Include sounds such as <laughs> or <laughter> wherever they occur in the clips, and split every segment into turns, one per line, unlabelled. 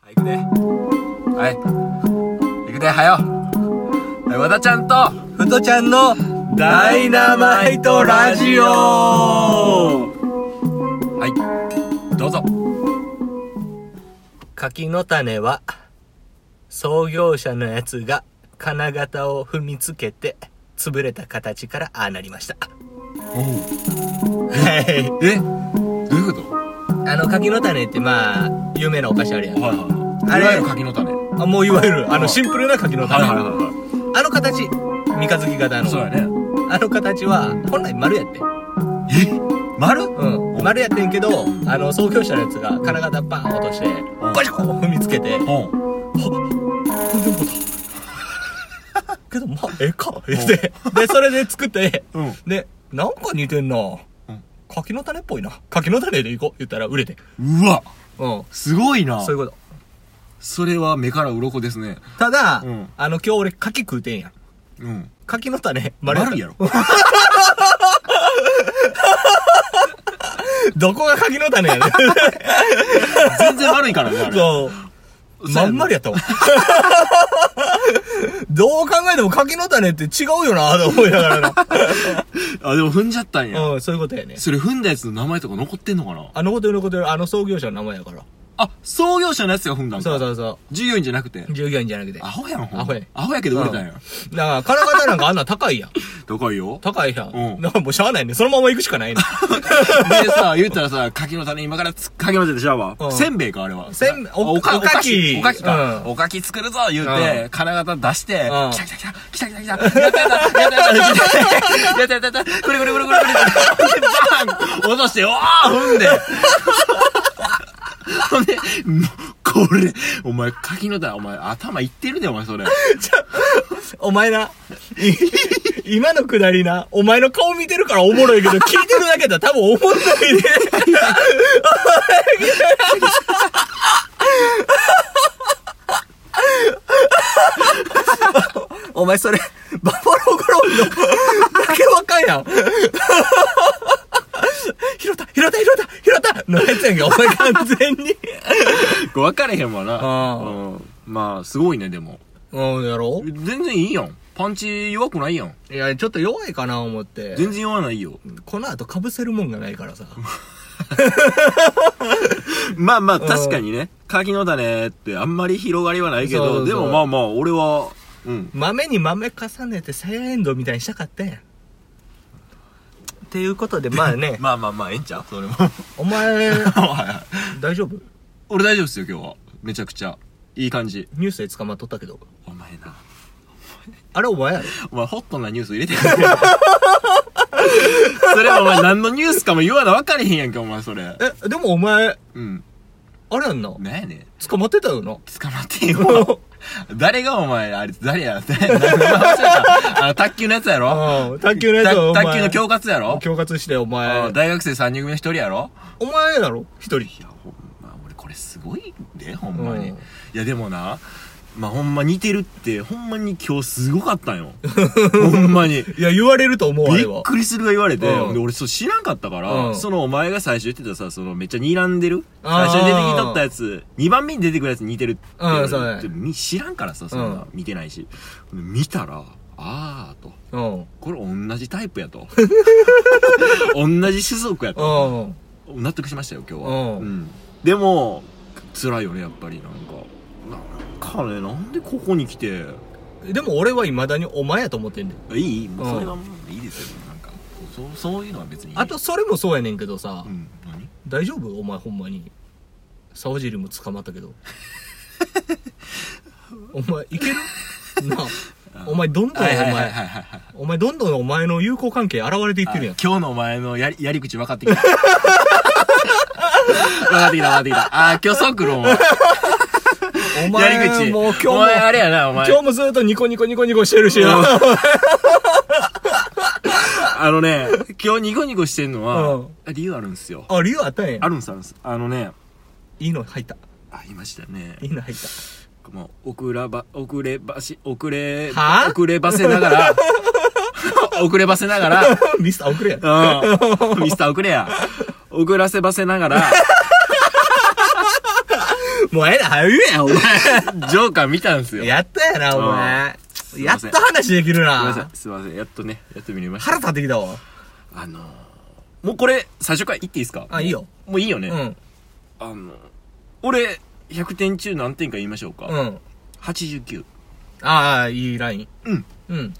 はい、行くで。はい。行くで、はよ。はい和田ちゃんと、
ふとちゃんのダイナマイトラジオ
はい。どうぞ。
柿の種は創業者のやつが金型を踏みつけて潰れた形からああなりました <laughs> はい
えどういうこと
あの柿の種ってまあ有名なお菓子あるやん
はいはい
あれ
いわゆる柿の種。はい
あもういわゆるあ
う
の
ん
シンプルな柿の種、
は
あの形三日月型の
そうやね。
あの形は本来丸やって
え丸
うん丸やってんけどあの創業者のやつが金型バーン落として
ん
バシコン踏みつけて
うん。
<laughs> けどまあええか言ってでそれで作って
うん。
でなんか似てんな、
ん
柿の種っぽいな柿の種でいこう言ったら売れて
うわ
うん
すごいな
そういうこと
それは目から鱗ですね。
ただ、
うん
あの今日俺柿食うてんやん
うん。
柿の種丸
丸いやろ。
<laughs> どこが柿の
<laughs>
種やねん
全然丸いからね、あれ。
<laughs> そう
そうや
ま
ね
んまりやったわ <laughs> どう考えても柿の種って違うよなと思いながら
<laughs>
な
あ、でも踏んじゃったんや。
うん、そういうことやね。
それ踏んだやつの名前とか残ってんのかな
あのこと言うのことよりあの創業者の名前やから。
あ、創業者のやつが踏んだんか
そうそうそ
従業員じゃなくて
う。。従業員じゃなくて。
アホやん、ほんま
アホや
アホやけど売れたんや。
だから、金型なんかあんな高いやん。
高いよ。
高いやん。
うん
だからもうしゃあないね。そのまま行くしかないね。
でさ、言ったらさ、柿の種今からつかき混ぜてしゃうわ
う。ん
せんべいか、あれは。
せんお
おか、
お
お
か
か
き
き。おかきか。
うん
おかき作るぞ、言う
う
て、金型出して、
うん
きたきたきた、きたきたきた、やったやった、やったやった、やったやった、やったやった、くるくるくるくるくるくる、バーン落として、おー踏んで。 <laughs> ほんで、これ、お前、柿の種、お前、頭いってるで、お前、それ。
お前な、い <laughs> 今のくだりな、お前の顔見てるからおもろい <laughs> けど、聞いてるだけだ多分おもろ <laughs> いね。お前それ、バファローゴロンの、だけわかんや <laughs> ん。拾った、拾った、拾った、拾ったのやつやんけ、お前完全に。
こ <laughs> れ分かれへんわな。
うん
うんまあ、すごいね、でも。
うん、やろ
全然いいやん。パンチ弱くないやん。
いや、ちょっと弱いかな思って。
全然弱ないよ。
この後被せるもんがないからさ。
まあまあ、確かにね。柿の種ってあんまり広がりはないけど、
そうそうそう
でもまあまあ、俺は、うん。、
豆に豆重ねてサヤエンドウみたいにしたかったんやん。っていうことで、まあね <laughs>
まあまあまあ、ええんちゃうそれも。
お前、
はいはい
大丈夫
<laughs> 俺大丈夫っすよ、今日は。めちゃくちゃ。いい感じ。
ニュースで捕まっとったけど。
お前な。
あれお前やろ
お前、ホットなニュース入れてくれよ <laughs> それはお前、何のニュースかも言わな分かれへんやんけ、お前、それ。
え、でもお前、
うん。
あれやんな。
なんやねん。
捕まってたよな。
捕まってよ。 <laughs> 誰がお前、あれ、誰や、 <laughs> 誰や、何の話やったあ
<laughs>
の、卓球のやつやろ
ああ、卓球のやつはお
た
前。
卓球の恐喝やろ
恐喝して、お
あ
前
ー。大学生3人組の一人やろ
お前やろ一人。
いやほんま俺これすごいでほんまに、
うん
いやでもなまあほんま似てるってほんまに今日すごかったんよ <laughs> ほんまに
いや、言われると思う、あ
び
れ
っ
は。
くりするが言われて、
うん
で俺そう知らんかったから、
うん
そのお前が最初言ってたさそのめっちゃ睨んでる最
あー
初に出てきとったやつ2番目に出てくるやつ似てるって言われて
うんそうね
でみ知らんからさそんな、
うん
見てないしで見たらあーと
うん。
これ同じタイプやと <laughs> 同じ種族やと、
うん。
納得しましたよ今日は、
うん
んでも辛いよねやっぱりなんかなんかねなんでここに来て
でも俺は未だにお前やと思ってんねん。
いいもう
うん
それはもういいですよなんかそうそういうのは別にいい
あと、それもそうやねんけどさ
う。ん何
大丈夫お前ほんまに沢尻も捕まった
<laughs>
けどお前いけ
<laughs>
るなあお前どんどんお
はいはいはい
前
はいはいはい
お前どんどんお前の友好関係現れていってるやん
今日のお前のやりやり口分かってきた <laughs> 分かってきた分かってきたあー今日そう来るお前
お
やり
前
口
もう今日
お
も
前あれやなお前
今日もずっとニコニコニコニコしてるしな
うん <laughs> あのね今日ニコニコしてんのは、
うん
理由あるんですよ
あ理由あったんや
あるんですあるんですあのね
いいの入った
ありましたね
いいの入った <laughs>
もう、遅らば、遅ればし、遅れ、
はぁ
遅ればせながら、 <laughs> 遅ればせながら、
ミスター遅れや
うん、
<laughs>
ミスター遅れや。遅らせばせながら、
もうええな、早う言えよ、お前。
ジョーカー見たんですよ。
やったやな、お前。
い
や
ま
っ
せん
と話でき
ご
る
めんなさ。。
ない
すいません。やっとね、やっと見れました。
腹立ってきたわ。
あのー、もうこれ、最初から言っていいですか
あいいよ。
もういいよね。
うん。
あのー、俺、100点中何点か言いましょうか。
うん。
89。
ああ、いいライン。
うん。
うん。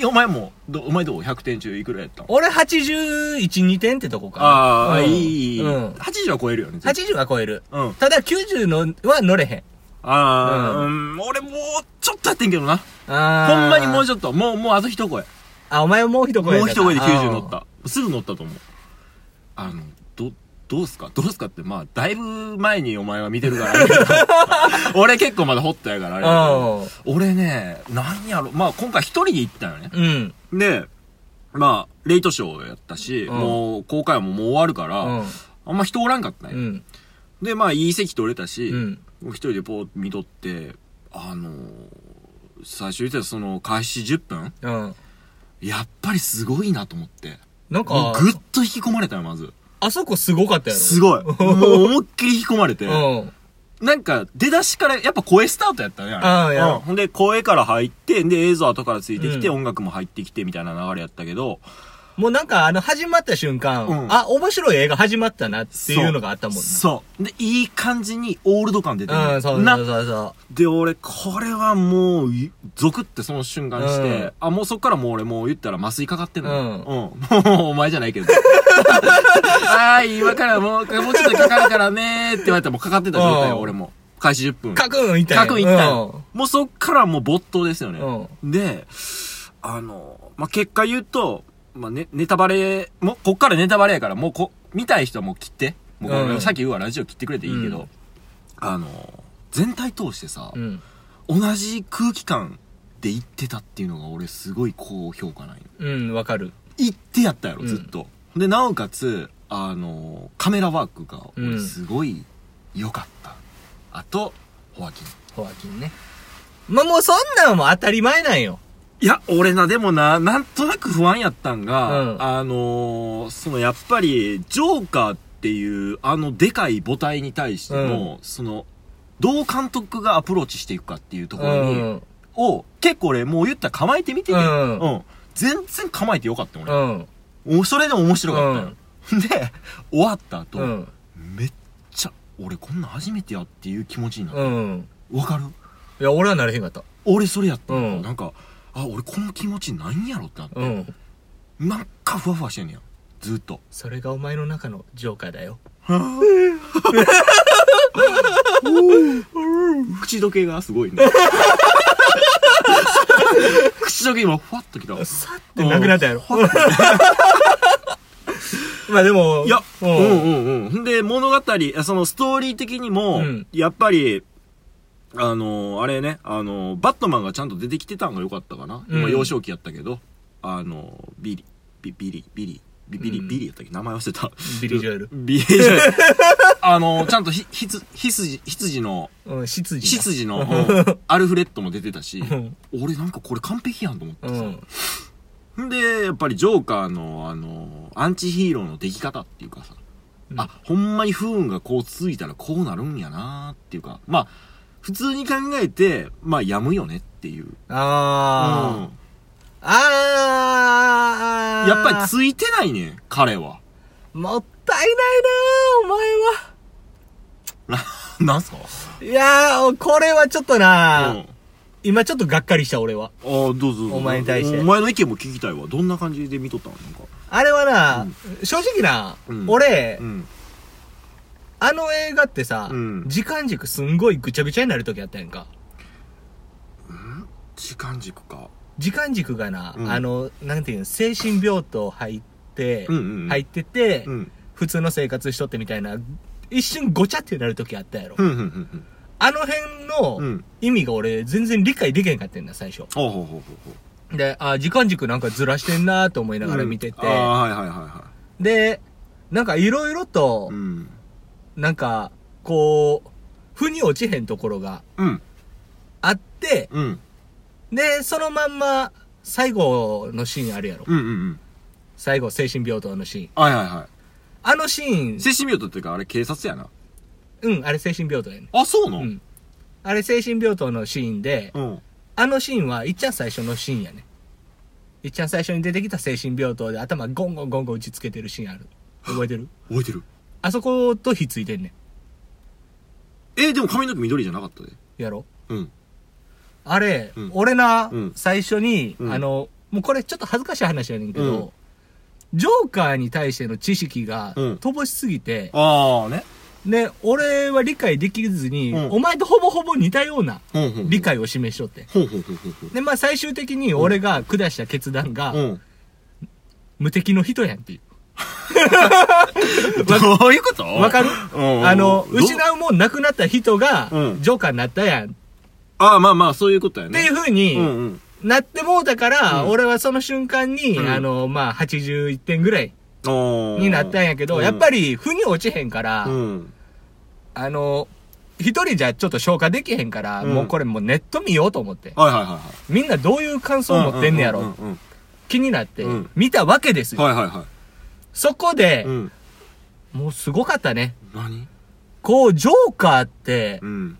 え、お前も、ど、お前どう ?100 点中いくらやったん
俺81、2点ってとこかな。
ああ、
うん
いいいい、
うん。
80は超えるよね。絶対
80は超える。
うん。
ただ90のは乗れへん。
ああ、
う
うん、俺もう、ちょっとやってんけどな。
あー
ほんまにもうちょっと。もう、もうあと一声。
あ、お前もう一声
もう一声で90乗っ。
あー
た。すぐ乗ったと思う。あの、ど、どうすかどうすかって、まあ、だいぶ前にお前は見てるからあれやけ
<laughs>
ど。俺結構まだホットやから、あれやけど。俺ね、なんやろ。まあ、今回一人で行ったよね。
うん。うん。
で、まあ、レイトショーやったし、
うん
もう、公開はもう終わるから、
うん。
あんま人おらんかったね。
うん。
で、まあ、いい席取れたし、
うん。
もう一人でポーッと見とって、あのー、最初言ってたその、開始10分
うん。
やっぱりすごいなと思って。
なん
も
か
う、ぐっと引き込まれたよ、まず。
あそこすごかったやろ。
すご
<laughs>
い。もう思いっきり引き込まれて。
うん。
なんか、出だしから、やっぱ声スタートやったね、
ああ
れ
やろ
うんほんで、声から入って、で、映像後からついてきて、
うん
音楽も入ってきて、みたいな流れやったけど、
もうなんかあの始まった瞬間、
うん
あ、面白い映画始まったなっていうのがあったもんな。
そう。で、いい感じにオールド感出てる。
うん、そう
な
そうそうそ
で、俺、これはもう、いゾクってその瞬間して、
うん
あ、もうそっからもう俺もう言ったら麻酔かかってんの。うん。もう、 <laughs> お前じゃないけど。あーい、今からもう、もうちょっとかかるからねーって言われたらもうかかってた状態
う
よ、
ん
俺も。開始10分。
う。カクンいった
かくいった
よ
よ。もうそっからもう没頭ですよね。
うん。
で、あの、まあ、結果言うと、まあ、ね、ネタバレ、もう、こっからネタバレやから、もうこ、見たい人はもう切って。もうこれ、
うん
さっき言うわ、ラジオ切ってくれていいけど、
うん
あの、全体通してさ、
うん。
同じ空気感で行ってたっていうのが俺すごい高評価なんよ。
うん、わかる。
行ってやったやろ、
うん
ずっと。で、なおかつ、あの、カメラワークが
う
俺
ん
すごい良かった。あと、ホアキン。
ホアキンね。まあ、もうそんなんも当たり前なんよ。
いや、俺な、でもな、なんとなく不安やったんが、
うん
あのー、そのやっぱり、ジョーカーっていう、あのでかい母体に対しての、その、どう監督がアプローチしていくかっていうとこ
う
ろに、
ん。
を、結構俺、もう言ったら構えてみてね。
うん
全然構えてよかったよ
う、ん。
俺。おそれでも面白かったよ。で、終わった後、
うん。
めっちゃ、俺こんなん初めてやっていう気持ちになった。
うん。
わかる
いや、俺はなれへんかった。
俺それやった、
うん
なんか、あ、俺この気持ちなんやろってなって。
うん。
なんかふわふわしてんねや。ずっと。
それがお前の中のジョーカーだよ。
口どけがすごいね。口どけ今、ふわっときた。
さってなくなったやろ。 <laughs> まあでも、
いや、
う
うん
ん。
うんうん。で、物語、そのストーリー的にも、
うん
やっぱり、あのーあれね、あのーバットマンがちゃんと出てきてたんが良かったかな。
う
今、
ん
幼少期やったけど、あのービリ、ビビリ、ビリ、ビビリ、
うん
ビリやったっけ名前忘れた。
ビリージョエル。
ビリージョエル <laughs> あのーちゃんとひ、ひつ、ひすじ、羊の、
うん、執事。
執事
<laughs>
の、うんアルフレッドも出てたし
う、ん。
俺なんかこれ完璧やんと思って
う
さ。
ん。
んで、やっぱりジョーカーの、あの、アンチヒーローの出来方っていうかさ、
うん
あ、ほんまに不運がこうついたらこうなるんやなっていうか、まあ、普通に考えて、まあ、やむよねっていう。
ああ。あ
う
あ。
ん、やっぱりついてないね、彼は。 <laughs>
もったいないなーお前は。
な、なんすか
いやー、これはちょっとなー、
うん。
今ちょっとがっかりした俺は。
ああ、どうぞどうぞ
お前に対して
お前の意見も聞きたいわ。どんな感じで見とったのなんか。
あれはな、正直な、
うん
俺、
うん。
あの映画ってさ、
うん
時間軸すんごいぐちゃぐちゃになる時あったやんか。
時間軸か。
時間軸がな、
うん
あの、なんていうの、精神病棟入って、
うんうんうん
入ってて、
うん。
普通の生活しとってみたいな、一瞬ごちゃってなる時あったやろ。
うん、うん、うん、
あの辺の、
うん。うん。
意味が俺全然理解できへんかってんな、最初。
ほうほうほうほうほう。
で、あ、時間軸なんかずらしてんなーと思いながら見てて
うん、ああ、はいはいはいは
で、なんかいろいろと
い。う、ん。
なんか、こう、腑に落ちへんところが
うん。
あって、
うん。
で、そのまんま、最後のシーンあるやろ。
うんうんうん。
最後、精神病棟のシーン。
はいはいは
あのシーン
い。、精神病棟っていうか、あれ警察やな。
うん、あれ精神病棟やね。
あ、そうな
う
の
ん。あれ精神病棟のシーンで、
うん。
あのシーンはいっちゃん最初のシーンやね。いっちゃん最初に出てきた精神病棟で頭ゴンゴンゴンゴン打ちつけてるシーンある。覚えてる
覚えてる。
あそことひっついてんね
え、でも髪の毛緑じゃなかったで。
ん。やろ
うん。
あれ、
うん
俺な、
うん
最初に、
うん
あの、もうこれちょっと恥ずかしい話やねんけど、ジョーカーに対しての知識が
うん
乏しすぎて、
ああね。
で、俺は理解できずに、
うん
お前とほぼほぼ似たような
うんうん。
理。解を示しとって。
ほうほうほうほうほう。
で、まあ最終的に俺が下した決断が、
うん。
無敵の人やんっていう。
どういうこと
わかる
うん
あ
ど
の、
う
失うもんなくなった人が、
うん
ジョーカーになったやん。っ
ああ、まあまあ、そういうことや
て
ね。
いう風
うん
に
うん。
なってもうたから、
うん
俺はその瞬間に、
うん
あの、まあ、81点ぐらい
おー
になったんやけど、
うん
やっぱり、腑に落ちへんから、
うん。
あの、一人じゃちょっと消化できへんから、
うん
もうこれもうネット見ようと思って。
はいはいはいはい。
みんなどういう感想を持ってんねやろ。
ううんうん
気になって、
うん
見たわけです
うん
よ。
はいはいは
そこで
い。、うん。
もうすごかったね。
何
こう、ジョーカーって
う、ん。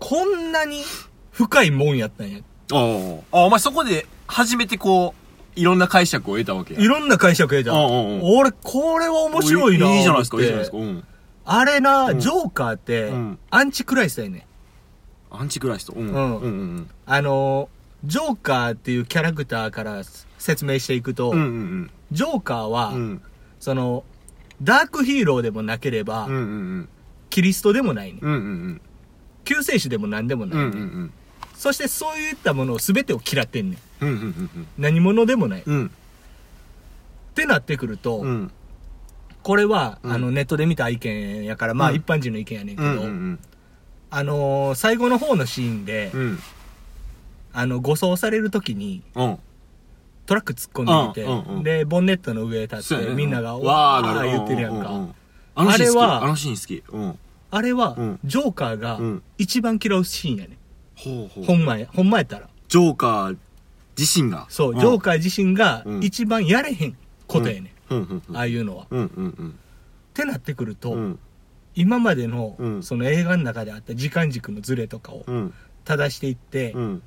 こんなに深いもんやったんや。
あーあ。お前そこで、初めてこう、いろんな解釈を得たわけや。
いろんな解釈得た。
うんうんうん
俺、これは面白いな。
いいじゃないですか、いいじゃないですか。
思っ
う
て
ん。
あれな、
うん
ジョーカーって
うん、
アンチクライストやね。
アンチクライスト。うん。
うん
うんうん
あのー、ジョーカーっていうキャラクターから説明していくと、
うん。うんうん
ジョーカーは、
うん。うん。
その、ダークヒーローでもなければ、
うんうん
キリストでもないね。
うん。うんうん
救世主でも何でもな
う
い、
ん。うんうん
そしてそういったものを全てを嫌ってんねん。
うん。うんうん
何者でもない。っ
うん。うん。
てなってくると、
うん。
これは、
うん
あの、ネットで見た意見やから、まあ、
うん
一般人の意見やねんけ
う
ど、
んうん
あのー最後の方のシーンで、
うん。うん。
あの、護送されるときに、
うん。
トラック突っ込んできて、
うんうんうん
で、ボンネットの上立
そう
っ
や
て、
ね
みんなが、
う
わ
な
ー
る
言ってるやん
うう
か。
うあのシーン好き。
あれは
あのシーン好き。うん。
あれは
うん、
ジョーカーが
うん、
一番嫌うシーンやね。
ほうほう。
ほんまや、ほんまやったら。
ジョーカー自身が。
そう、
ん
ジョーカー自身が
う、ん
一番やれへんことやね。
うんうんうん。
ああいうのは。っ
うんうん
てなってくる
うん。う
と、
ん
今までの
う、ん
その映画の中であった時間軸のズレとかを
うん
正していって
う、ん。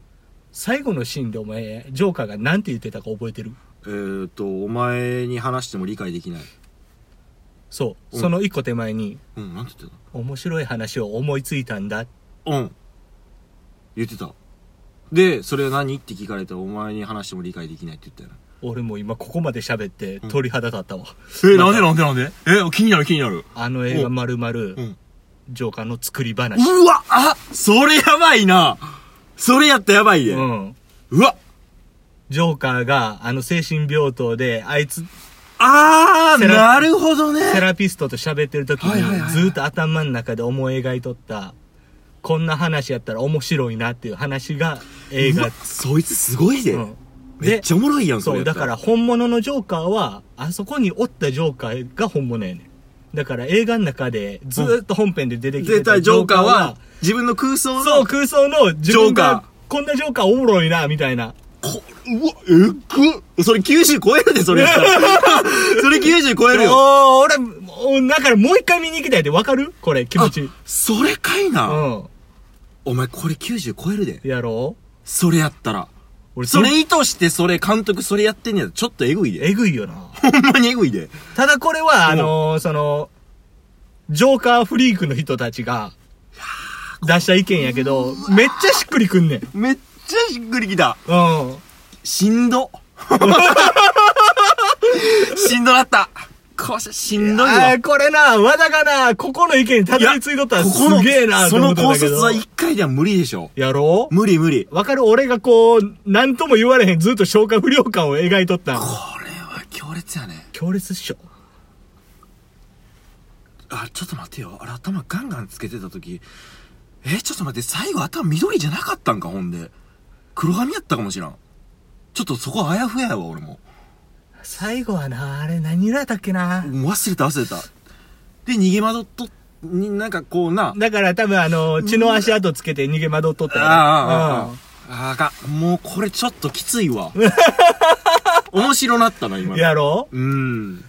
最後のシーンでお前、ジョーカーがなんて言ってたか覚えてる
えーと、お前に話しても理解できない。
そう、
うん
その一個手前に、
うん、なんて言って
面白い話を思いついたんだ。
たうん。言ってた。で、それ何って聞かれたらお前に話しても理解できないって言ったよな。
俺も今ここまで喋って
うん
鳥肌立ったわ。
え、なんでなんでなんでえ、気になる気になる。
あの映
お
画まるまる
うん、
ジョーカーの作り話。
うわあそれやばいなそれやったらやばいで。
う。
うんわ
ジョーカーが、あの精神病棟で、あいつ、
あー
セラ
なるほどね
セラピストと喋ってる時
はいはいはい
に、ずーっと頭の中で思い描いとった、こんな話やったら面白いなっていう話が映
う
画
わ。そいつすごいで。
うん
めっちゃおもろいやん、そ
そ
れや
う、
った
だから。本物のジョーカーは、あそこにおったジョーカーが本物やねん。だから映画の中で、ずーっと本編で出てきて
絶
た
対ジ
ジョ
ョ
ー
ー
カ
カ
ー
ー
は
は、、自分の空想の、
そう、空想の自分
ジョー
が
カ、
こんなジョーカーおもろいな、みたいな。
こうわ、えっくそれ90超えるで、それやったら。
<laughs>
それ90超えるよ。
おー俺、もうだからもう一回見に行きたいってわかるこれ、気持ち。う
それかいな。
ん。
お前これ90超えるで。
やろう
それやったら。
俺、
それ意図してそれ、監督それやってんねやったらちょっとエグいで。
えぐいよな。
ほんまにエグいで。
ただこれは、あのー、その、ジョーカーフリークの人たちが、出した意見やけど、めっちゃしっくりくんねん。
めっちゃしっくりきた。
うん。
しんど。
<laughs>
しんどなった。こうし、しんどい
あ
わ。
ーこれな、和田がな、ここの意見にたどり着いとったら
こ
す
この
げえな、
その考
け
察
ど
は一回では無理でしょ。
やろう
無理無理。
わかる俺がこう、なんとも言われへん、ずっと消化不良感を描いとった。
これは強烈やね。
強烈っしょ。
あ、ちょっと待ってよ。あれ頭ガンガンつけてた時。え、ちょっと待って、最後頭緑じゃなかったんか、ほんで。黒髪やったかもしらん。ちょっとそこあやふややわ、俺も。
最後はな、あれ何色やったっけな。
忘れた、忘れた。で、逃げ惑っと、になんかこうな。
だから多分あの、血の足跡つけて逃げ惑っとっ
あ
たよ
あ、あ
うん
あ、ああ、あかん。もうこれちょっときついわ。面白なったな、今の。
やろ
うーん。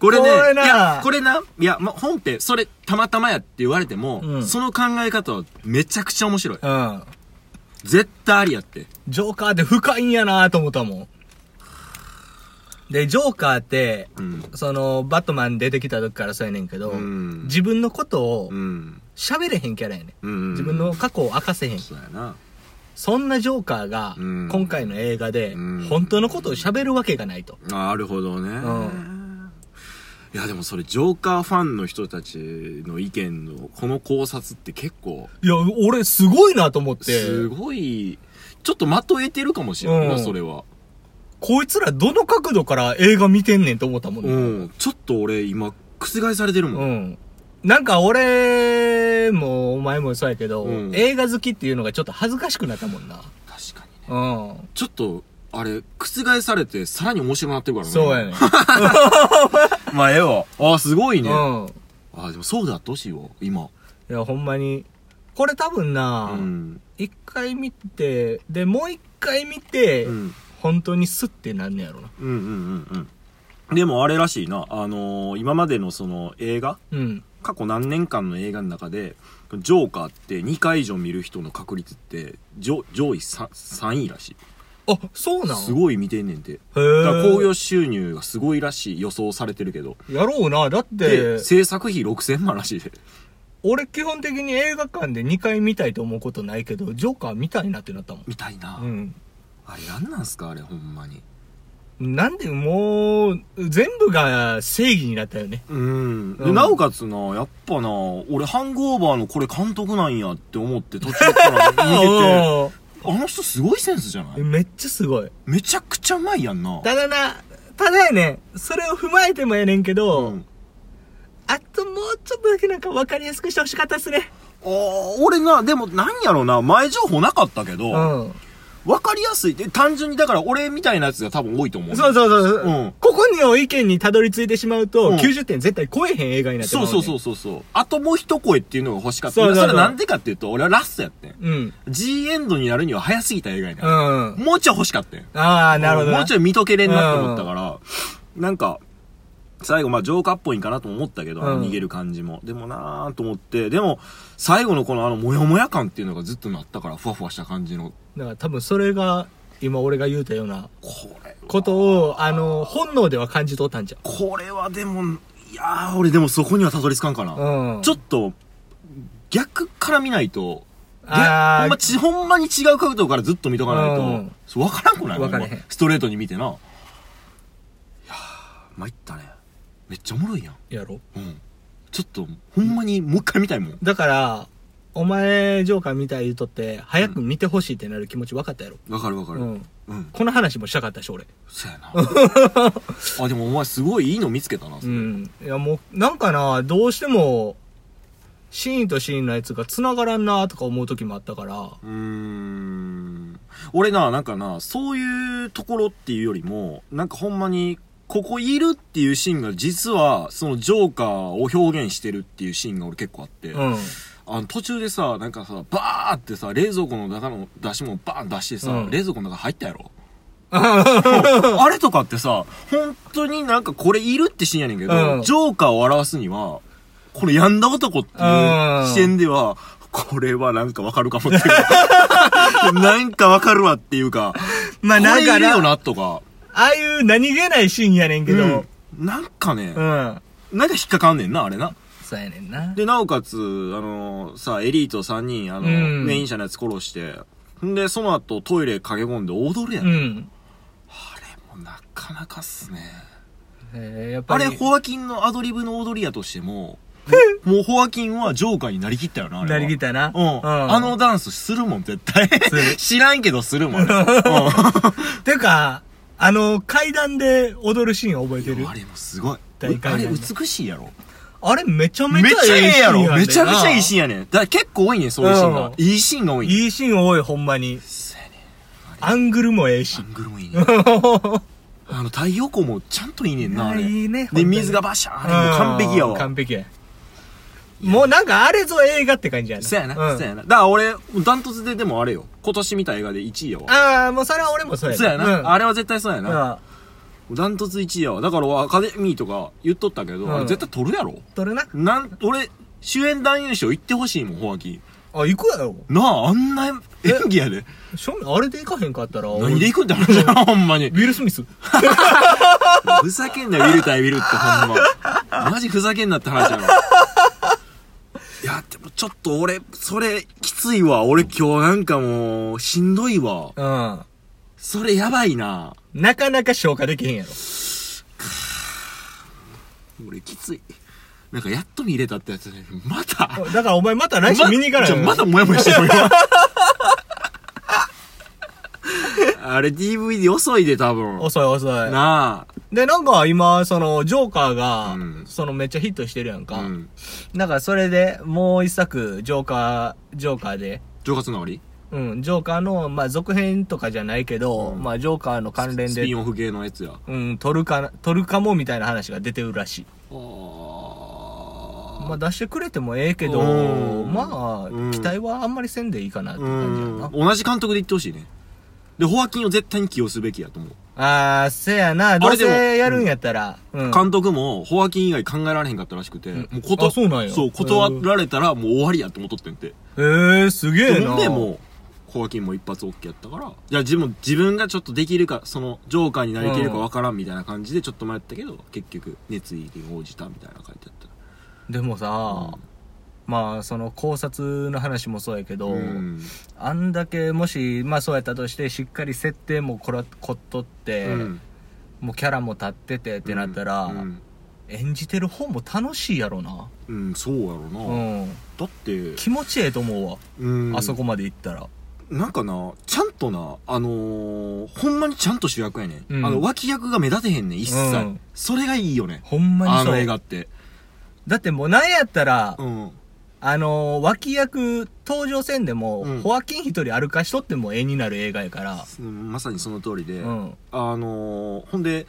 これね、
これ
い
な
や、これな、いや、ま、本って、それ、たまたまやって言われても、
うん
その考え方はめちゃくちゃ面白い。
うん。
絶対ありやって。
ジョーカーって深いんやなと思ったもん。で、ジョーカーって、
うん。
その、バットマン出てきた時からそうやねんけど、
うん
自分のことを
うん。
喋れへんキャラやね、。
うんん。
自分の過去を明かせへん。
そうやな。
そんなジョーカーが
うん、
今回の映画で
うん、
本当のことを喋るわけがないと。
あなるほどね。
う
いや、でもそれ、ジョーカーファンの人たちの意見の、この考察って結構、
いや、俺すごいなと思って、
すごい、ちょっとまとえてるかもしれんな、
うん
それは。
こいつらどの角度から映画見てんねんと思ったもんね。
うん。ちょっと俺、今、覆されてるも。
うんん。なんか俺もお前もそうやけど、
うん
映画好きっていうのがちょっと恥ずかしくなったもんな。
確かにね。
うん。
ちょっと、あれ、覆されて、さらに面白くなってるからね。
そう
<laughs>
やね。
まあ、ええわ。ああ、すごいね。あ
うん。
あ、でもそうだ、どうしよう、今。
いや、ほんまに。これ多分
う
な、
ん。
一回見て、で、もう一回見て、
うん。
本当にスッてなんねやろな。
うんうんうんうん。でもあれらしいな。あのー今までのその映画、
うん。
過去何年間の映画の中で、ジョーカーって2回以上見る人の確率って、上上位 3, 3位らしい。
あ、そうなん
すごい見てんねんて。
へ
だから興
ー
行収入がすごいらしい、予想されてるけど。
やろうな。だっ
で、
て、
制作費6000万らしいで。
俺基本的に映画館で2回見たいと思うことないけど、ジョーカー見たいなってなったもん。
みたいな。
うん。
あれ、なんなんすかあれ、ほんまに。
なんでもう、全部が正義になったよね。
うん、
う
で
ん
なおかつな、やっぱな、俺、ハングオーバーのこれ監督なんやって思って途中から
<laughs>
見てて、あの人すごいセンスじゃな
うん
い
めっちゃすごい。
めちゃくちゃうまいやんな。
ただな、ただやねん、それを踏まえてもやねんけど、
うん
あともうちょっとだけなんか分かりやすくしてほしかったっすね。
あー俺な、でもなんやろな、前情報なかったけど、
う
わ、
ん。
かりやすいって、単純にだから俺みたいなやつが多分多いと思う。
そうそうそう。
うん
ここにの意見にたどり着いてしまうと、
うん
90点絶対超えへん映画になって
そ
ま
う
う、
そうそううそうそう。あともう一声っていうのが欲しかった。
そうそうそう
れなんでかっていうと、俺はラストやってん。
そう。うん。
G エンドになるには早すぎた映画にな
う
る。
ん。あ
もうちょい欲しかったん。
あー、なるほどな。
もうちょい見とけれんなって思ったから、なんか、最後、まあ、ジョーカーっぽいんかなとも思ったけど、あの
うん
逃げる感じも。でもなぁと思って、でも、最後のこのあの、もやもや感っていうのがずっとなったから、ふわふわした感じの、
だから多分それが、今俺が言うたような
これ、
ことを、あの、本能では感じとったんじゃ
これはでも、いやー、俺でもそこにはたどり着かんかな。
ん。うん。
ちょ
っ
っと、逆から見ないと、でほん
あー
まち、ほんまに違う角度からずっと見とかな
う
い
ん
と、わからんくない
わからへん
ほまストレートに見てな。いやー、参ったね。めっちゃおもろいやん。
やろ
うん。ちょっと、ほんまにもう一回見たいもん。
だから、お前、ジョーカーみたい言うとって、早く見てほしいってなる気持ち分かったやろ。
わかるわか
う
る。
ん。
うん。
この話もしたかったし、俺。
そやな。 <laughs> あ、でもお前すごいいいの見つけたな。
うん。いや、もう、なんかな、どうしても、シーンとシーンのやつが繋がらんなとか思う時もあったか
う
ら、
ーん。俺な、なんかな、そういうところっていうよりも、なんかほんまに、ここいるっていうシーンが実は、そのジョーカーを表現してるっていうシーンが俺結構あって、
うん。
あの途中でさ、なんかさ、バーってさ、冷蔵庫の中の出し物バーン出してさ、
うん
冷蔵庫の中入ったやろ <laughs> あれとかってさ、本当になんかこれいるってシーンやねんけど、
うん
ジョーカーを表すには、これやんだ男っていう視点では、これはなんかわかるかもって
<laughs>
いうかなんかわかるわっていうか、
まあ、
こ
な
れ
ん
い
か
るよ
な、あ
なとか、
あいう何気ないシーンやねんけど、
うんなんかね
う、ん。
なんか引っかかんねんな、あれな。
そうやねんな。
で、なおかつ、あのさ、エリート3人、あの、
うん
メイン者のやつ殺して、んで、その後トイレ駆け込んで踊るやん。
う
あ
ん。
れもなかなかっすね。
えーやっ
あ
ぱり。
れ、ホアキンのアドリブの踊りやとして
<laughs>
も、もうホアキンはジョーカーになりきったよな、あれ
な
は。
りきったな。
うん。あのダンスするもん、絶対
する。
<laughs> 知らんけどするもん。
<laughs>
うん。あ
てか、あの、階段で踊るシーン覚えてる
れもすごい。
大会
あれ
なんだ
美しいやろ。
あれめちゃめ
め
ち
っ
ゃ
ちゃええや
シーンんだよ
ろ。
な
めちゃくちゃいいシーンやねん。だから結構多いねん、そういうシーン
う
が
ん。
いいシーンが多いねん。
いいシーン多い、ほんまに。
そうやね
アングルもええし
ア。ングルもいいね。あの、太陽光もちゃんといいねんな、あれ。
いいね
で、水がバシャーン。あれもう完璧や
うん
わ。
完璧や。もうなんかあれぞ映画って感じやな。
そうやな、
ん
そうやな。だから俺、ダントツででもあれよ。今年見た映画で1位やわ。
ああ、もうそれは俺もそうや
そうやな、
うん
あれは絶対そうやな。
うん
ダントツ1位やわ。だからアカデミーとか言っとったけど、
うん
あれ絶対取るやろ
取るな。
なん、俺、主演男優賞行ってほしいもん、ホアキン。
あ、行くやろ。
なあ、あんな演技やで。
正面、あれで行かへんかったら。
何で行くんだろうな、ほんまに
ウ。ィル・スミス。
ふざけんなよ、ウィル対ウィルってほんま。マジふざけんなって話やろ。いや、でもちょっと俺、それ、きついわ。俺今日なんかもう、しんどいわ。
うん。
それやばいな。
なかなか消化できへんやろ。
俺きつい。なんかやっと見れたってやつね。また。
だからお前また来週見に行かない
ちょまだモヤモヤしてるよ。あれ DVD 遅いで多分。
遅い遅い。
な
で、なんか今、その、ジョーカーが、
うん
そのめっちゃヒットしてるやん
あ。
か。
うん。
なんかそれで、もう一作、ジョーカー、ジョーカーで、
上活の終わ
うん、ジョーカーの、まあ続編とかじゃないけど、
うん
まあジョーカーの関
り
連
ス
で
ピン、オフ系のやつや。あ
うん、撮るかな、撮るかもみたいな話が出てるらしい。
あ
まあ出してくれてもええけど、
うん
まあ、
うん
期待はあんまりせんでいいかなって
う
感じやな。
ん。同じ監督で言ってほしいね。で、ホアキンを絶対に起用すべきやと思う。
あー、せやな、どう
あれで
せ
も
やるんやったら、うん。
監督も、ホアキン以外考えられへんかったらしくて、
ん
もう
あ
断、
そうなんや
そう、断られたらもう終わりやって思っとってんて。
えー、すげえな。
でもうホアキンも一発 OK やったからじゃあ自分自分がちょっとできるかそのジョーカーになりきれるかわからんみたいな感じでちょっと迷ったけど、結局熱意に応じたみたいな書いてあった
でもさ、まあその考察の話もそうやけど、
うん
あんだけもしまあそうやったとしてしっかり設定もこらこっとって、
うん
もうキャラも立っててってなったら、
うん、
演じてる方も楽しいやろな、
うんそうやろな、
う
だっ
ん、
て、
気持ちええと思うわ、
うん、
あそこまで行ったら
なんかなちゃんとなあのー、ほんまにちゃんと主役やね、
うん
あの脇役が目立てへんねん一切、
うん
それがいいよね
ほんま
あ
に
の映
そ
画
う
って
だってもうなんやったら、
うん
あのー脇役登場せんでも、
うん
ホアキン一人歩かしとっても絵になる映画やから
まさにその通りで、
うん
あのーほんで、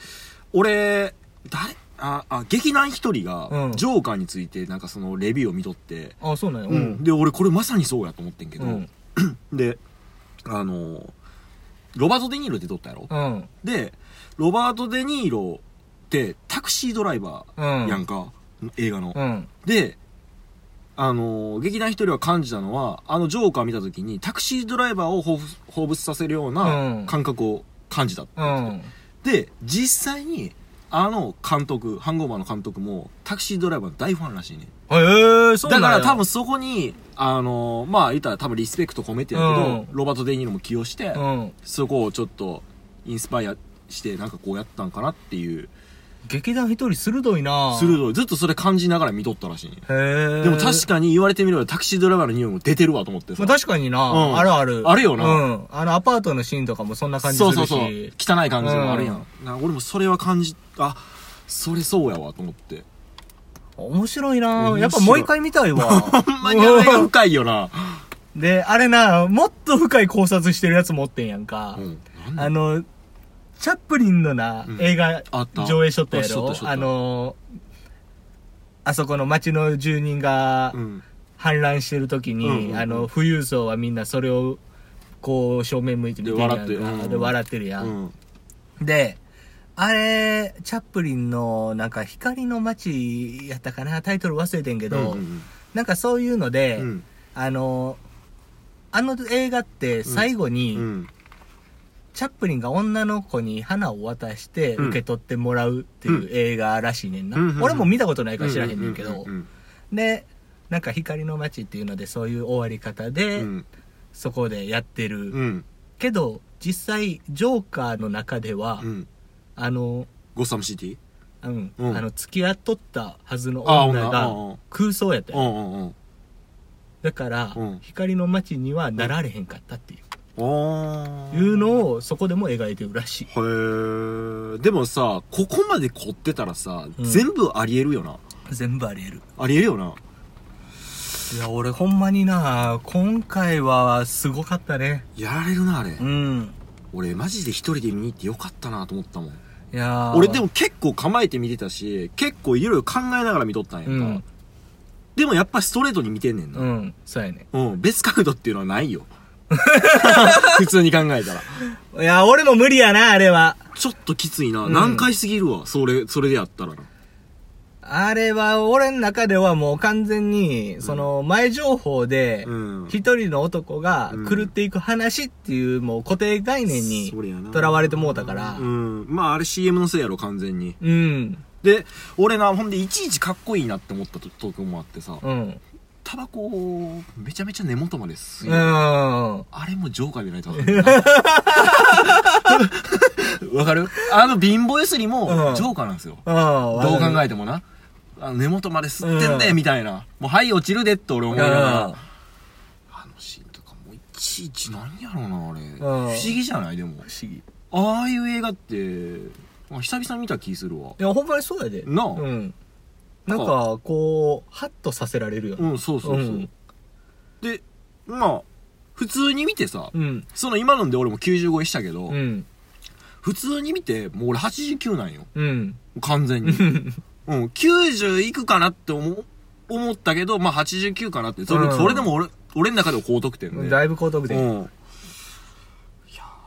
俺、誰あ、あ、劇団一人
う
が
ん、
ジョーカーについて、なんかそのレビューを見とって、
あそうなんや
で、俺これまさにそうやと思ってんけど、
うん
で、あのーロバート・デ・ニーロって撮ったやろ、
うん
で、ロバート・デ・ニーロってタクシードライバ
うん
ーやんか、映画の。
うん
で、あのー劇団一人は感じたのは、あのジョーカー見た時に、タクシードライバーを彷彿彷彿させるよう
う
なん感覚を感じたって
う
言ってて
ん
で実際にあの監督ハンゴーバーの監督もタクシードライバーの大ファンらしいね
へえー、そう
だ
な
か
んや
ら多分そこにあのーまあ言ったら多分リスペクト込めてやけど、
うん
ロバート・デ・ニーロも起用して、
うん
そこをちょっとインスパイアしてなんかこうやったんかなっていう
劇団一人鋭いな
鋭いずっとそれ感じながら見とったらしいね
へえ
でも確
か
かに言われてみればタクシードライバーの匂いも出てるわと思って
ま
さ
あ、確かにな、
うん
あるある
あるよな
うんあのアパートのシーンとかもそんな感じす
そ
る
う
し
そうそう汚い感じもあるやん、な俺もそれは感じあそれそうやわと思って
面白いな
面白い
やっぱもう一回見たいわ
ほんまにあれが深いよな、
であれなもっと深い考察してるやつ持ってんやんか、
うん、なんだ
あのチャップリンのな、
うん
映画
あった
上映しとったや
しとっ
ろ
たしとった
あのあそこの町の住人が、
うん
氾濫してる時に、
うんうんうん
あの富裕層はみんなそれをこう正面向いて見てるやんか
で笑ってうん
で笑ってるや、
うんん
であれチャップリンのなんか「光の街」やったかなタイトル忘れてんけど、
うん
なんかそういうので、
うん
あのあの映画って最後に、
うん
チャップリンが女の子に花を渡して
うん
受け取ってもらうっていう映画らしいねんな、
うんうんうん
俺も見たことないから知らへんねんけど、
ううん
でなんか光の街っていうのでそういう終わり方
う
で、
ん
そこでやってる、
うん
けど実際ジョーカーの中では、
うん
あの
ゴッサムシティ
うん、
うん
あの付き合っとったはずの
あ女う
女
んう
が
ん
空想やった
う
よ
んうんうん
だから、
うん
光の街にはなられへんかったっていう,、
あー
いうのをそこでも描いてるらしい
へーでもさここまで凝ってたらさ
うん
全部ありえるよな
全部ありえる
ありえるよない
や俺ほんまにな今回はすごかったね
やられるなあれ
うん
俺マジで一人で見に行ってよかったなと思ったもん
いやー
俺でも結構構えて見てたし結構いろいろ考えながら見とったんや
うんん
かでもやっぱストレートに見てんねん
う
なん
そうやね <laughs>
うん別角度っていうのはないよ普通に考えたら。
いや、俺も無理やな、あれは。
ちょっときついな。難解すぎるわ。それ、それでやったらな。
あれは、俺の中ではもう完全に、その、前情報で
うん、
一人の男が狂っていく話っていう、もう固定概念に、
そりゃな
とらわれてもうたから
う、ん。まああれ CM のせいやろ、完全に。
うん、
で、俺な、ほんでいちいちかっこいいなって思ったととこもあってさ、
うん、
タバコをめちゃめちゃ根元まで吸
う
い、
ん。
あれもジョーカーでないとわかんな
<laughs>
い。わかるあの貧乏ゆすり
う
も
ん
ジョーカーなんですよ。
ど
どう考
え
えてもな。あの根元まで吸ってんね
うん
みたいな。もう、はい、落ちるでって俺思いながら。あのシーンとかもういちいち何やろうな、あれ。不思議じゃないでも。
不思議。い
ああいう映画って、あ久々に見た気するわ。
や、ほんまにそうやで。
なあ
うん。なんか、こう、ハッとさせられるよ
う
ね。
ん、そうそうそう。
うん
で、まあ、普通に見てさ、
うん。
その今ので俺も95したけど、
うん。
普通に見て、もう俺89なんよ。
うん。
完
<laughs>
全に。うん、90いくかなって思う思ったけど、まあ89かなって。それ,、
うん
それでも俺、俺の中では高得点で。
だいぶ高得
うん。
点。
いやー、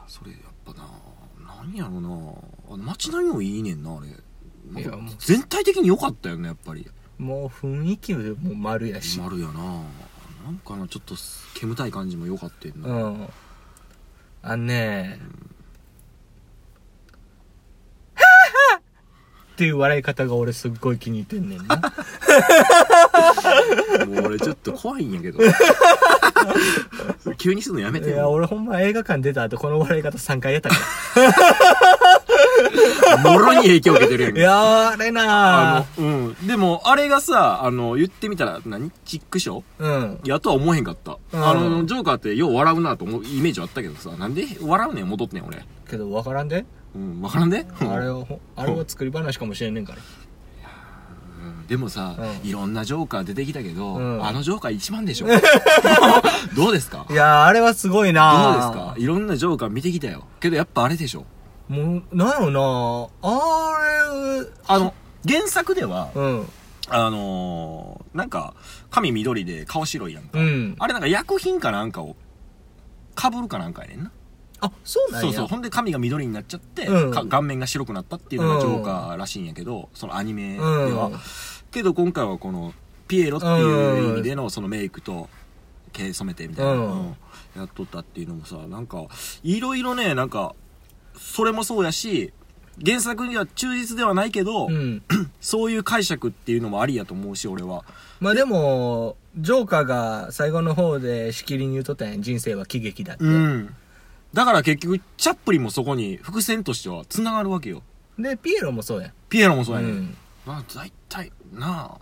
それやっぱな、何やろな。あの街並みもいいねんな、あれ。なんか
いやもう
全体的に良かったよね、やっぱり。
もう雰囲気も丸やし。
丸やな。なんかな、ちょっと煙たい感じも良かったよ
う
な。
ん。あんね <laughs> っていう笑い方が俺すっごい気に入ってんねんな。
もう俺ちょっと怖いんや
<laughs>
けど。急にするのやめ
い
て
や、
よ。
俺ほんま映画館出た後この笑い方3回やったか
もろに影響受けてるやん <laughs> か
ら。いやー、あれな
あ
ー
の、うん。でも、あれがさ、あの、言ってみたら何、チックショー
うん。
いや、とは思えへんかった。
うん
あの、ジョーカーってよう笑うなと思うイメージはあったけどさ、なんで笑うねん、戻ってんねん、俺。
けど分からんで。
うん、わからんで、うん、
あれは、あれは作り話かもしれんねんから。
うんでもさ、
うん
いろんなジョーカー出てきたけど、
うん
あのジョーカー一番
<laughs>
でしょどうですかどう
い
です
やー、あれはすごいな
かいろんなジョーカー見てきたよ。けどやっぱあれでしょ
もう、なんやろなあ
あの、原作では、
れ、うん。
あのー、なんか、髪緑で顔白いやんか。
うん。
あれなんか薬品かなんかを、被るかなんかやねんな。
あ、そうなん
そ
や。
うそう。ほんで髪が緑になっちゃって、
うん
か顔面が白くなったっていうのが
うん
ジョーカーらしいんやけど、そのアニメで
う
は
ん。
けど今回はこの、ピエロっていう意味でのそのメイクと、毛染めてみたいな、
うん
うんやっとったっていうのもさ、なんか、いろいろね、なんか、それもそうやし、原作には忠実ではないけど、
うん。
そういう解釈っていうのもありやと思うし、俺は。
まあでも、ジョーカーが最後の方でしきりに言うとったやん。人生は喜劇だって。
うん。だから結局、チャップリンもそこに伏線としては繋がるわけよ。
で、ピエロもそうやん。
ピエロもそうやね、
ん。
まあ、大体、なあ。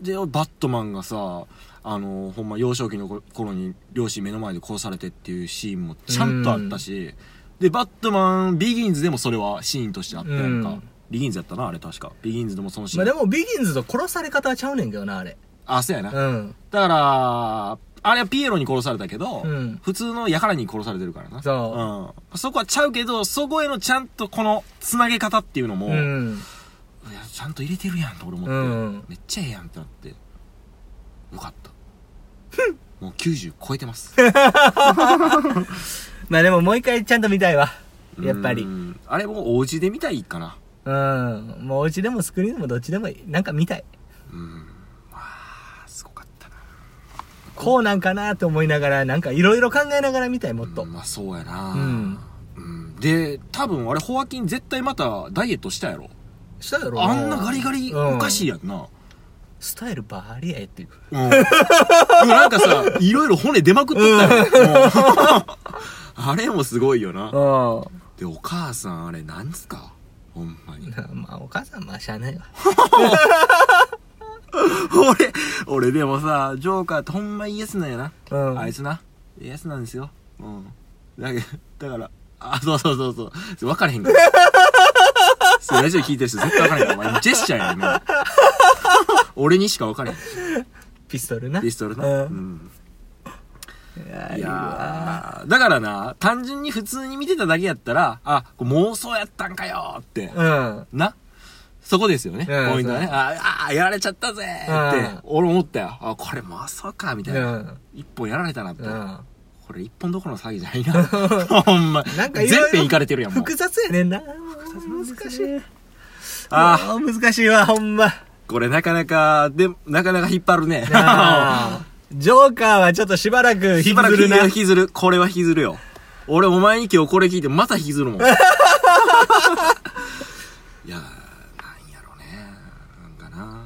で、バットマンがさ、あの、ほんま幼少期の頃頃に両親目の前で殺されてっていうシーンもちゃんとあったし、で、バットマン、ビギンズでもそれはシーンとしてあったやんか。
うん
ビギンズやったな、あれ確か。ビギンズでもそのシーン。
まあでも、ビギンズと殺され方はちゃうねんけどな、あれ。
あ、そうやな。
うん。
だから、あれはピエロに殺されたけど、
うん
普通の輩に殺されてるからな。
そ
うん。そこはちゃうけど、そこへのちゃんとこの繋げ方っていうのも、
う
い
ん。
やちゃんと入れてるやんと俺思って、
うん
めっちゃええやんってなって、よかった。もう90超えてます。
まあでも、もう一回ちゃんと見たいわ。やっぱり
う。ん。あれもお家で見たいかな。
うん。もうお家でもスクリーンでもどっちでもいい。なんか見たい。
うん。わあ、すごかったな。
こうなんかなって思いながら、なんかいろいろ考えながら見たい、もっと
うん。まあそうやな。
うん
うんで、多分あれ、ホアキン絶対またダイエットしたやろ。
したやろ
あんなガリガリおかしい
い。
やんな。
スタイルバリアやっていう。
うん。でもなんかさ、いろいろ骨出まくっとったよ。うん <laughs> あれもすごいよな。
あ
で、お母さんあれなんすかほんまに。
あ。 <laughs> まあ、お母さん、まあ、しゃあないわ。
<laughs> 俺、俺でもさ、ジョーカーってほんまイエスなんやな。
うん
あいつな、イエスなんですよ。うん。だけど、だから、あ、そうそうそうそうそれ。分からへん
<laughs>
から。そう、ラジオ聞いてる人絶対分からへんから。お前ジェスチャーやねん。俺にしか分からへん。
ピストルな。
ピストルな。
う。
うんん。
い
い
や
やーだからな、単純に普通に見てただけやったら、あ、こう妄想やったんかよーって、
ーうん。
な。そこですよね、
うん
ポイントはね。
そう
ああー、やられちゃったぜーって、
うん
俺思ったよ。あ、これ妄想か、みたいな。
うん
一本やられたなって。
うん。
これ一本どころの詐欺じゃない <laughs> な。ほんま。
なんかいろいろ
全編いかれてるやん、もう。
複雑やねんな。難しい。
あ
ああ、難しいわ、ほんま。
あ、これなかなか、で、なかなか引っ張るね。
あージョーカーはちょっとしばらく引
し
き
ばら
ず
く
る
<laughs> 引
な。
きずる。これは引きずるよ。俺、お前に今日これ聞いて、また引きずる
<laughs>
もん。いやー、なんやろね。なんかな。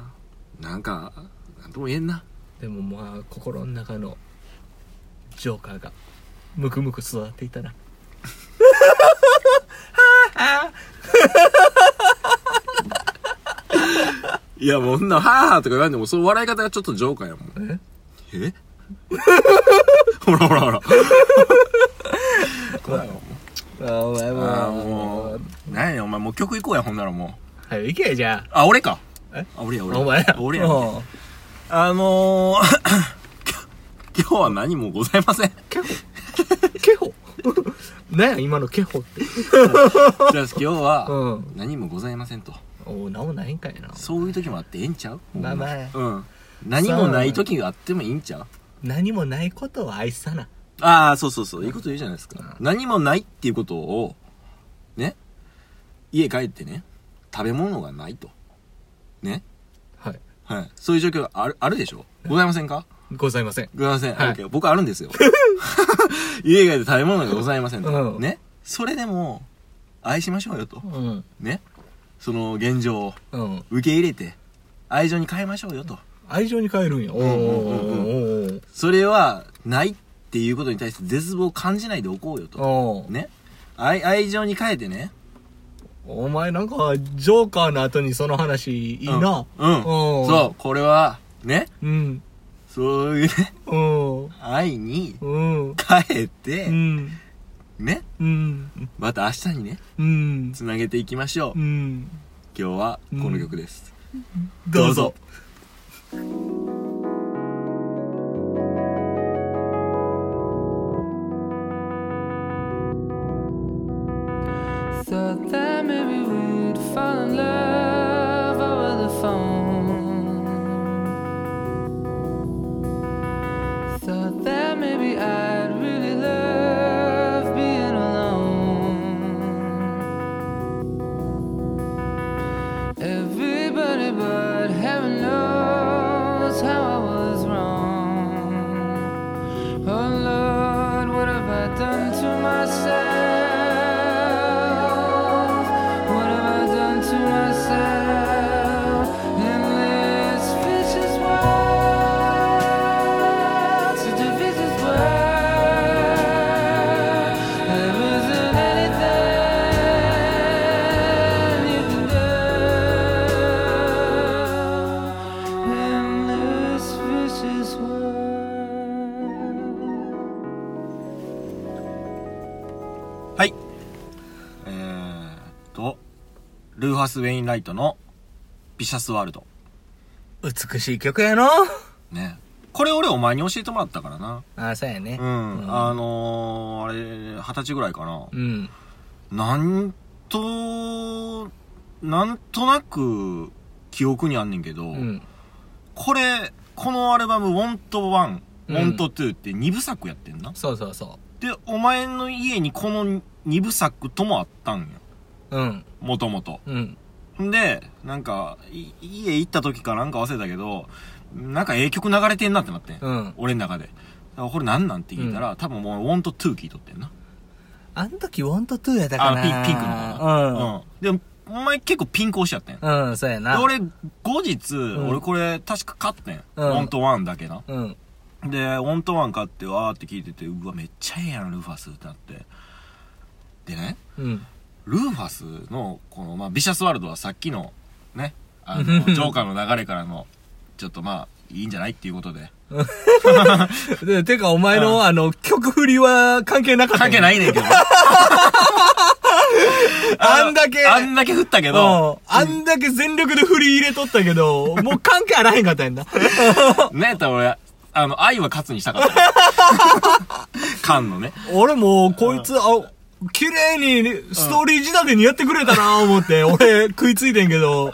なんか、なんとも言えんな。
でもまあ、心の中のジョーカーが、ムクムク育っていたな。
いや、もうそんな、はぁはぁとか言わんでも、その笑い方がちょっとジョーカーやもん。
え
え <laughs> ほらほらほら。
あお前も。
ああ、もう。何や、お前もう曲行こうや、ほんならもう。
はい、行け、じゃ
あ、俺か。
え
あ、俺や、
あ。
俺や。
お前ら。
俺や。
うん
あのー、 <laughs> 今日は何もございません。
ケホケホ何や、今のケホって。
じゃあ今日
う
は、
ん。
何もございませんと。
おお、なんもないんかいな。
そういう時もあってええんちゃう
まあまあ
うん。何もない時があってもいいんちゃう
何もないことを愛さな。
ああ、そうそうそう。いいこと言うじゃないですか。何もないっていうことを、ね。家帰ってね。食べ物がないと。ね。
はい。
はい。そういう状況がある、あるでしょございませんか
ございません。
ございません。
はい
オッケー僕あるん
<laughs>
ですよ。家以外で食べ物がございませんと。
うん
ね。それでも、愛しましょうよと
う。ん。
ね。その現状を
うん。
受け入れて、愛情に変えましょうよと。
愛情に変えるんや。おー
うんうん
おー
それは、ないっていうことに対して絶望を感じないでおこうよ
おー
と。
おー
ね。愛、愛情に変えてね。
お前なんか、ジョーカーの後にその話いい
う
な。
ん。うん
おー
そう、これは、ね。
うん。
そういうね、
うん。
愛に
うん。
変え
う
て、
ん。
ね。
うん。
また明日にね、
うん。
つなげていきましょう
う。ん。
今日は、この曲です。
どうぞ。
Thought that maybe we'd fall in love over the phone. Thought that maybe I'd really love being alone. Everybody but heaven knows how I was wrong. Oh Lord, what have I done to myself? What have I done to myself in this vicious world? Such a vicious world. There isn't anything you can do. In this vicious world.
はい。えーっと、ルーハス・ウェインライトの、ビシャス・ワールド。
美しい曲やの
ね。これ俺お前に教えてもらったからな。
あ、そうやね
う。ん。あのー、あれ、二十歳ぐらいかな。
うん。
なんと、なんとなく、記憶にあんねんけど、
うん。
これ、このアルバム、Want One、
うん
Want Two って二部作やってんな。
そうそうそ
で、お前の家にこの二部作ともあったんや。
う。うん。
もともと。
うん。
んで、なんか、い家行った時かなんか忘れたけど、なんかええ曲流れてんなってなってん。
うん。
俺の中で。だからこれなんなんって聞いたら、多分もう Want to 聞いとってんな。
あの時、ワンとツーやったかな。
あのピンクのかな。うん。で、お前結構ピンク押しちゃったんや。
うん。うん、そうやな。
で、俺、後日、
ん
俺これ確か買ってん。
うん
オントワンだけな。
うん。
で、オントワン買ってわーって聞いてて、うわ、めっちゃええやん、ルーファスってなって。でね、
うん。
ルーファスの、この、まあ、ビシャスワールドはさっきの、ね、
<laughs>
あの、ジョーカーの流れからの、ちょっとまあ、いいんじゃないっていうこと
<laughs>
で。
で、てか、お前の、あの、曲振りは関係なかった。。
関係ないいねんけど。
あんだけ
あんだけ振ったけ
うん
ど、。
あんだけ全力で振り入れとったけ
<laughs>
ど、もう関係あらへんかったやんな。
ねやったら俺、あの、愛は勝つにしたかった。
<laughs>
カンのね。
俺もう、こいつ、あ、綺麗に、ストーリー仕立てにやってくれたな思って、俺、食いついてんけど。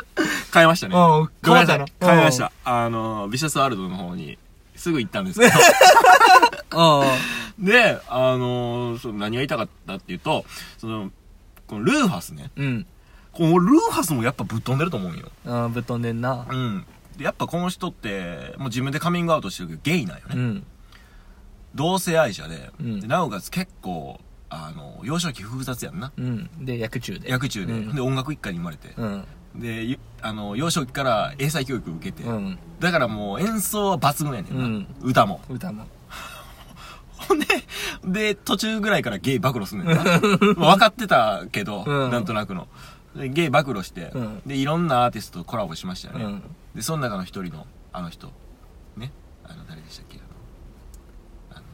変えましたね。
うん
ごめんなさい
変わったな
変えま
<laughs>
した。あの、ビシャスワールドの方に、すぐ行ったんですけど、
うん。
で、あのーその何が言いたかったっていうと、その、このルーハスね。
うん。
このルーハスもやっぱぶっ飛んでると思うんよ。
ああ、ぶっ飛んでんな
う。ん。でやっぱこの人って、もう自分でカミングアウトしてるけど、ゲイなんよね。
うん。
同性愛者で、
うん
でなおかつ結構、あの、幼少期複雑やんな。
うん。で、役中で。
役中で。
うん
で、音楽一家に生まれて。
うん。
で、ゆあの、幼少期から英才教育を受けて。
うん。
だからもう演奏は抜群やねんな。
うん
歌も。
歌も。
ほんで、で、途中ぐらいからゲイ暴露すんねんな。まあ分かってたけど、
うん
なんとなくの。でゲイ暴露して、
うん
で、いろんなアーティストとコラボしましたよ
う
ね。
ん。
で、その中の一人の、あの人、ね、あの、誰でしたっけ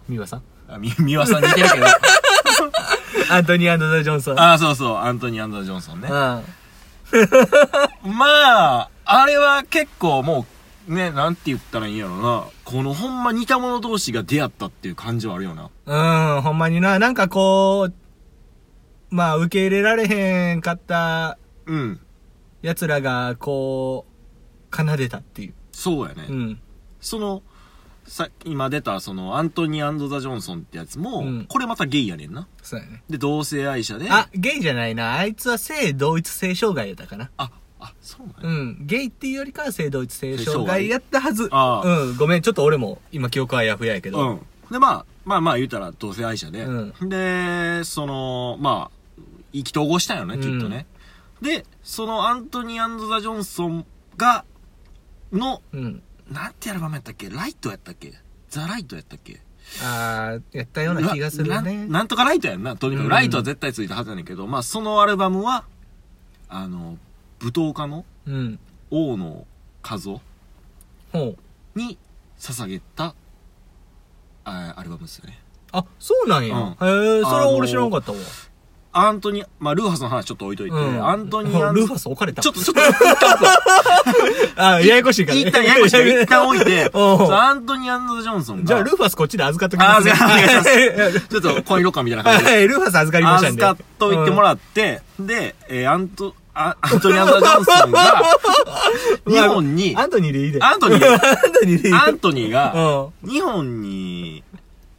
美和さん
あの、あみ、 <laughs> みわさん似てるけど。
アントニー・アンド・ジョンソン。
ああ、そうそう、アントニー・アンダー・ジョンソンね。
うん。
まあ、あれは結構もう、ね、なんて言ったらいいんやろな。このほんま似た者同士が出会ったっていう感じはあるよな。
うん、ほんまにな。なんかこう、まあ、受け入れられへんかった
うん。
奴らが、こう、奏でたっていう。
そうやね。
うん。
その、さ、今出た、その、アントニーザ・ジョンソンってやつも、
うん
これまたゲイやねんな。
そうやね。
で、同性愛者で、
あ、ゲイじゃないな。あいつは性同一性障害やったかな。
あ、あ、そうなんや
うん。ゲイっていうよりかは性同一性障害やったはず。
ああ
うん。ごめん、ちょっと俺も今記憶はやふややけ
う
ど。
ん。で、まあ、まあまあ言うたら同性愛者で、
う
で、その、まあ、意気投合したんよね、
うん
きっとね。で、そのアントニーザ・ジョンソンが、の、
うん。
なんてアルバムやったっけライトやったっけザ・ライトやったっけ
ああ、やったような気がする
なな
ね
ん。なんとかライトやんな。とにか
う
く
ん
ライトは絶対ついたはずやねんけど、まあそのアルバムは、あの、舞踏家の
うん。
大野和夫
ほう。
に捧げた、あアルバムですよね。
あ、そうなんや。
うん
へえ、それは俺知らんかったわ。
アントニー、まあルーハスの話ちょっと置いといて、
うん
アントニー
あ
アン
<laughs> ルーファス置かれた。
ちょっと、ちょっと、一旦置こ
あ、 <laughs> ややこしいうからね。
一旦ややこしいから一旦置いて、
<laughs> おう
そうアントニージョンソンが、
じゃあ、ルーファスこっちで預かっとき
あ
ま
ー、
す、
すい
ね。
ませんお願いします。ちょっと、コインロッカーみたいな感じで
<laughs> は。い、ルーファス預かりましたんで。
預かっといてもらって、で、えーアント、あアントニアンド・ジョンソンが、
<laughs> うん
日本に
ア、ントニーでいいで。
アントニー
アントニーでいいで。
アントニー
う
が、
ん。
日本に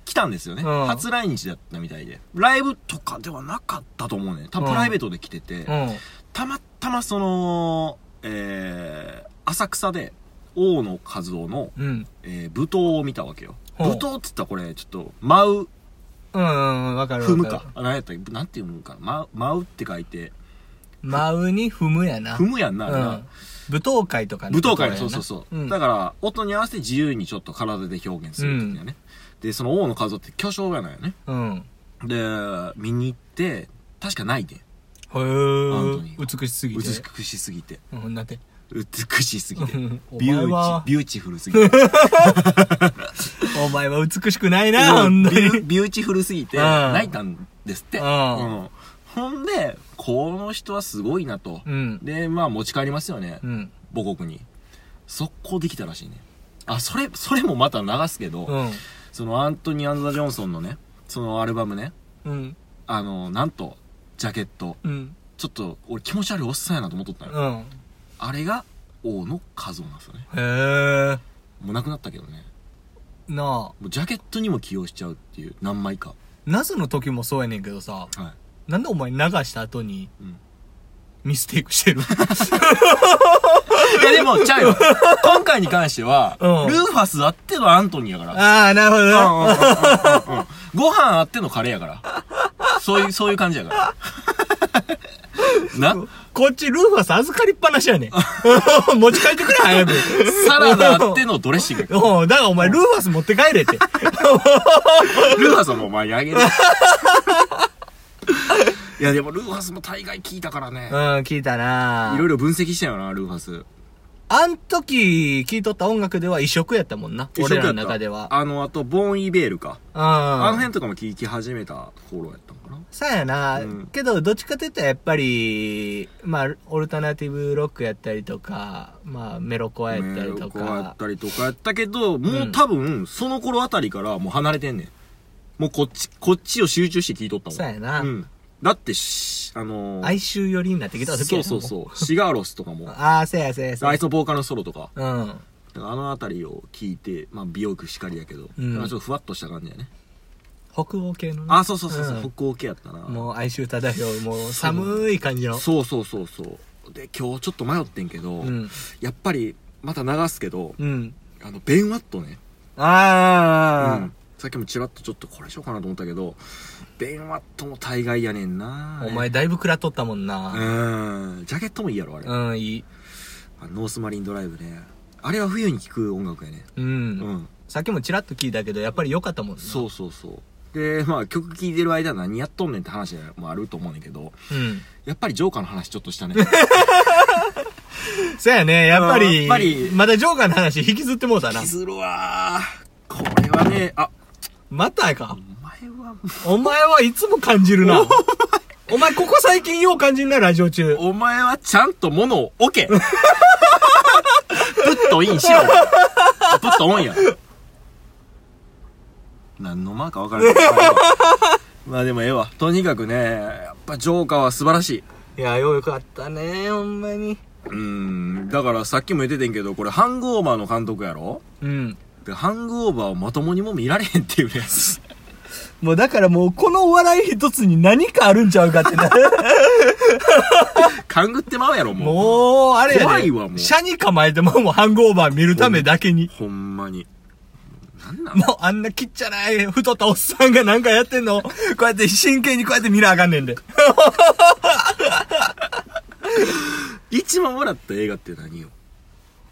来たんですよね。
うん
初来日だったみたいで。ライブとかではなかったと思うね。多分
うん
プライベートで来てて、
うん。
たまたまその、えー浅草で、大野和夫の、
うん。
えー舞踏を見たわけよ。
ほう
舞踏っつったらこれ、ちょっと、舞う、
うん、うん、わかるわ
踏む
る
か。。あ何やったっけなんて読むかな。舞う舞うって書いて、
マウに踏むやな。
踏むやんな、あ
う
れな。
ん。舞踏会とかの
舞踏会
と
の、そう
ころや
そ
な
うそう。
うん。
だから、音に合わせて自由にちょっと体で表現するっていうね。で、その王の数って巨匠やないよね。
うん。へ
で、見に行って、確かないで。ントニ
ー
ー
美しすぎて。
美しすぎて。
うん、なんて。
美しすぎて。
<laughs> お
ビュ
前
ー
は
チ、、ビューチフルすぎて。
お前は美しくないな、ほんと
ビ
に
ュ。ビューチフルすぎて、
うん
泣いたんですって。
う
うんんほんで、この人はすごいなと
う。ん。
で、まあ持ち帰りますよね
う。ん。
母国に。速攻できたらしいね。あ、それ、それもまた流すけど、
うん。
そのアントニー・アンド・ザ・ジョンソンのね、そのアルバムね、
うん。
あの、なんと、ジャケット、
うん。
ちょっと、俺気持ち悪いおっさんやなと思っとったのよ。
うん。
あれが、王の和夫なんですよね。
へー。
もうなくなったけどね。
なあ。
もうジャケットにも起用しちゃうっていう、何枚か。
ナスの時もそうやねんけどさ、
は
なんでお前流した後に
い。うん。
ミステイクし
<laughs>
てる
いやでも、ちゃうよ。今回に関しては、
うん
ルーファスあってのアントニーやから。
ああ、なるほ
う
ど
んう
な。
んうんうんうんうんご飯あってのカレーやから。そういう、そういう感じやから。な
こっちルーファス預かりっぱなしやねん。 <laughs> 持ち帰ってくれ、早く。
サラダあってのドレッシングやから
<laughs> うん、だからお前ルーファス持って帰れって。
ルーハスもお前にあげる。いやでもルーハスも大概聞いたからね
うん。、聞いたない
ろいろ分析したよな、ルーハス。
あん時聞いとった音楽では異色やったもんな。俺らの中では。
あの、あと、ボーン・イベールか。
うん。
あの
あ
辺とかも聞き始めた頃やったのかな。
さやな、
うん
けど、どっちかというとやっぱり、まあ、オルタナティブロックやったりとか、まあ、メロコアやったりと
こうやっ
か。
たりとかやったけど、もう多分、その頃あたりからもう離れてんねん。もうこっち、こっちを集中して聞いとったもん。
そうやな
うん。だってし、あのー
哀愁寄りになってきた時
そうそう
う。
そう。シガーロスとか
<laughs>
も。
ああ、せやせやせ
あ
や
いつ。のボーカルのソロとか。
うん。
だからあの辺りを聞いて、まあ、美容区しかりやけど、
うん
なんかちょっとふわっとした感じだね。
ほ北欧系のね
あ、そうそうそうそう、
うん
北欧系やったな。
もう哀愁漂うもう寒い感じの
そうそうそうそう。で、今日ちょっと迷ってんけど、
うん
やっぱり、また流すけど、
うん
あの、ベンワットね。
あ
う
あ
ん、さっきもちらっとちょっとこれしようかなと思ったけど、ベンワットも大概やねんな。
お前だいぶ食らっとったもん
う
な。
ん。ジャケットもいいやろ、あれ。
うん、いい。
あノースマリンドライブね。あれは冬に聴く音楽やね。
うん。
うん。
さっきもちらっと聞いたけど、やっぱり良かったもんな。
そうそうそう。で、まあ曲聴いてる間何やっとんねんって話もあると思うねんけど、
う。うん。
やっぱりジョーカーの話ちょっと <laughs> したね。
そうやね、やっぱ
うん
り、
やっぱり
まだジョーカーの話引きずってもうたな
引き。ずるわー。これはね、あ、
またやか
お。前は、
お前はいつも感じる <laughs> な。お前、ここ最近よう感じるな、ラジオ中。
お前はちゃんと物を置けプッとインしろプッとオンや何のマーか分からないまあでもええわとにかくねやっぱジョーカーは素晴らしい
いや、ようよかったね、ほんまに。
うんだからさっきも言っててんけどこれハングオーバーの監督やろ
うん。
でハングオーバーをまともにも見られへんっていうね
もうだからもう、このお笑い一つに何かあるんちゃうかってな。
勘ぐってまうやろもう
<laughs> もう、あれやで。
怖いわもう
車に構えても、もうハングオーバー見るためだけに。
ほんまになんなん
もうあんなきっちゃない太ったおっさんがなんかやってんのをこうやって真剣にこうやって見なあかんねんで。
一番笑った映画って何よ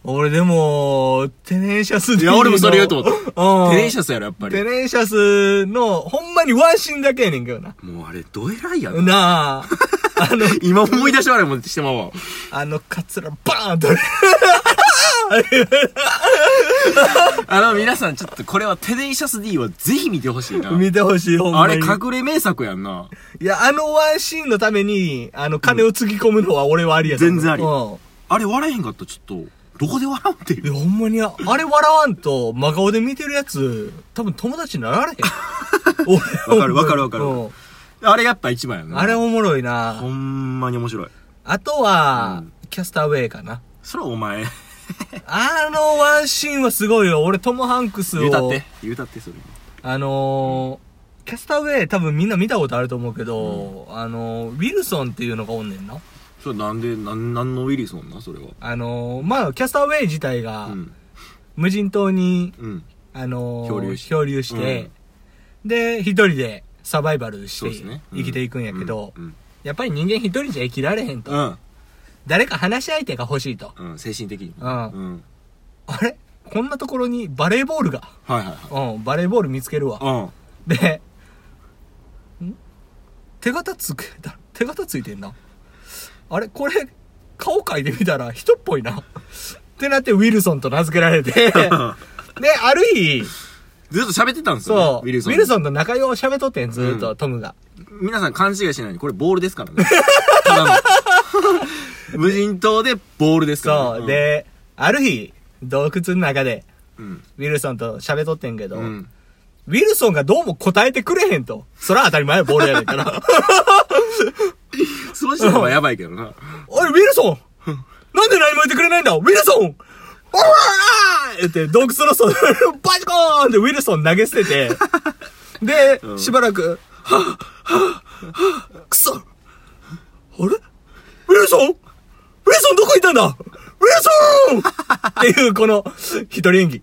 俺でも、テネーシャス
いや俺もそれ言うと思った
うん
テレンシャスやろやっぱり
テネーシャスの、ほんまにワンシーンだけやねんけどな。
もうあれ、どえらいやな。 <laughs>
なあ、あの、
今思い出し笑いもしてまうわ。
あのカツラバーンと。
あの、皆さん、ちょっとこれはテデンシャス D はぜひ見てほしいな。
見てほしい、ほん
あ
ま
れ、
に。
隠れ名作やんな。
いや、あのワンシーンのために、あの、金をつぎ込むのは俺はありやと思う
全然あり
うん
あれ、笑えへんかったらちょっと、どこで笑うってい
い <laughs> や、
う。
ほんまにあ、あれ笑わんと、真顔で見てるやつ、多分友達になられへん。わ
<laughs> わかるわかるわかるあれ、やっぱ一番やな。
あれおもろい
ほ
な。
んまに面白い。
あとは、
うん
キャスターウェイかな。
それはお前、
あのワンシーンはすごいよ。俺、トム・ハンクス
言うたっ
を
て。、言うたって、それ。
あのーキャスターウェイ多分みんな見たことあると思うけど、あのーウィルソンっていうのがおんねんな。
それなんで、なん、なんのウィリソンな、それは。
あのーまあ、キャスターウェイ自体が、
うん。
無人島に、
うん。
あのー
漂流し
して、で、一人でサバイバルし
そう
て
ですね。う
生きていくんやけど、
うん。
やっぱり人間一人じゃ生きられへんと。
うん。
誰か話し相手が欲しいと。
うん。精神的に。
うん
うん。
あれこんなところにバレーボールが。
はいはい
うん、バレーボール見つけるわ。
はい。
で、ん手形つけた、手形ついてんな。あれこれ、顔描いてみたら人っぽいな。ってなってウィルソンと名付けられて。
<laughs>
で、
うん。
ある日、
ずっと喋ってたんですよね。
そう、ウィルソン
ン
と仲良う喋っとってん、ずーっと、
うん
トムが。
皆さん勘違いしないように、これボールですからね。た
<laughs>
だの。無人島でボールですから、ね。
そう、
ん、
で、ある日、洞窟の中で、
うん。
ウィルソンと喋っとってんけど、
うん。
ウィルソンがどうも答えてくれへんと。そら当たり前よ、ボールやねんから。
そうしたらやばいけどな。
おい、ウィルソンなんで何も言ってくれないんだウィルソンおらーって洞窟の外、 <laughs> バチコーンってウィルソン投げ捨てて、で、
うん
しばらく、はぁ、はぁ、はぁ、くそあれウィルソンウィルソンどこ行ったんだウィルソンっていう、この、一人演技。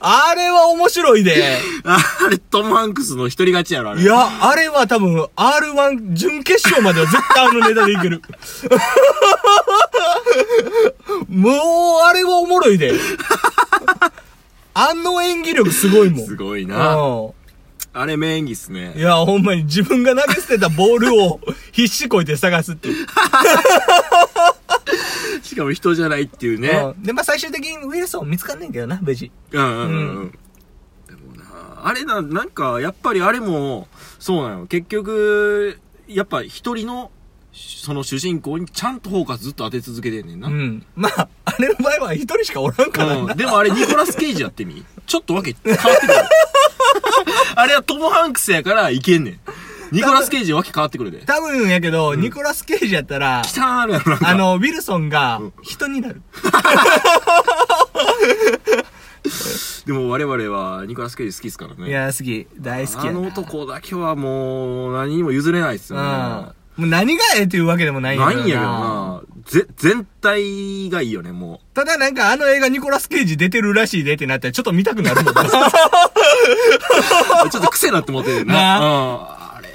あれは面白いで。
あれ、トム・ハンクスの一人勝ちやろ、あれ。
いや、あれは多分 R1 準決勝までは絶対あのネタでいける。 <laughs> もう、あれはおもろいで。あの演技力すごいもん。
すごいな。
う
あれ、名演技っす
ん。い
ね。
や、ほんまに自分が投げ捨てたボールを <laughs> 必死こいて探すっていう。
しかも人じゃないっていうね。
うんで、まあ最終的にウィルソン見つかんねんけどな、無事。
うんうんうんうん。でもな、あれな、なんか、やっぱりあれも、そうなの。結局、やっぱ一人の、その主人公にちゃんとフォーカスずっと当て続けてんねんな。
うん。まあ、あれの場合は一人しかおらんからな。
うん、でもあれニコラス・ケイジやってみちょっとわけ変わって
<laughs>
くる。あれはトム・ハンクスやからいけんねん。ニコラス・ケイジわけ変わってくるで。
多分やけど、ニコラス・ケイジやったら、
汚なるやろなんか。
あの、ウィルソンが人になる。
でも我々はニコラス・ケイジ好きですからね。
いや、好き。大好き
あ
やな。
の男だけはもう何にも譲れないです
うん。
よね。
もう何がええっていうわけでもない
ないんやけどな。ぜ、全体がいいよね、
<laughs>
も
ただなんかあの映画ニコラス・ケイジ出てるらしいでってなったらちょっと見たくなる
<laughs>
もんな
う。ちょっと癖になってもってる
な
な。うん。あれ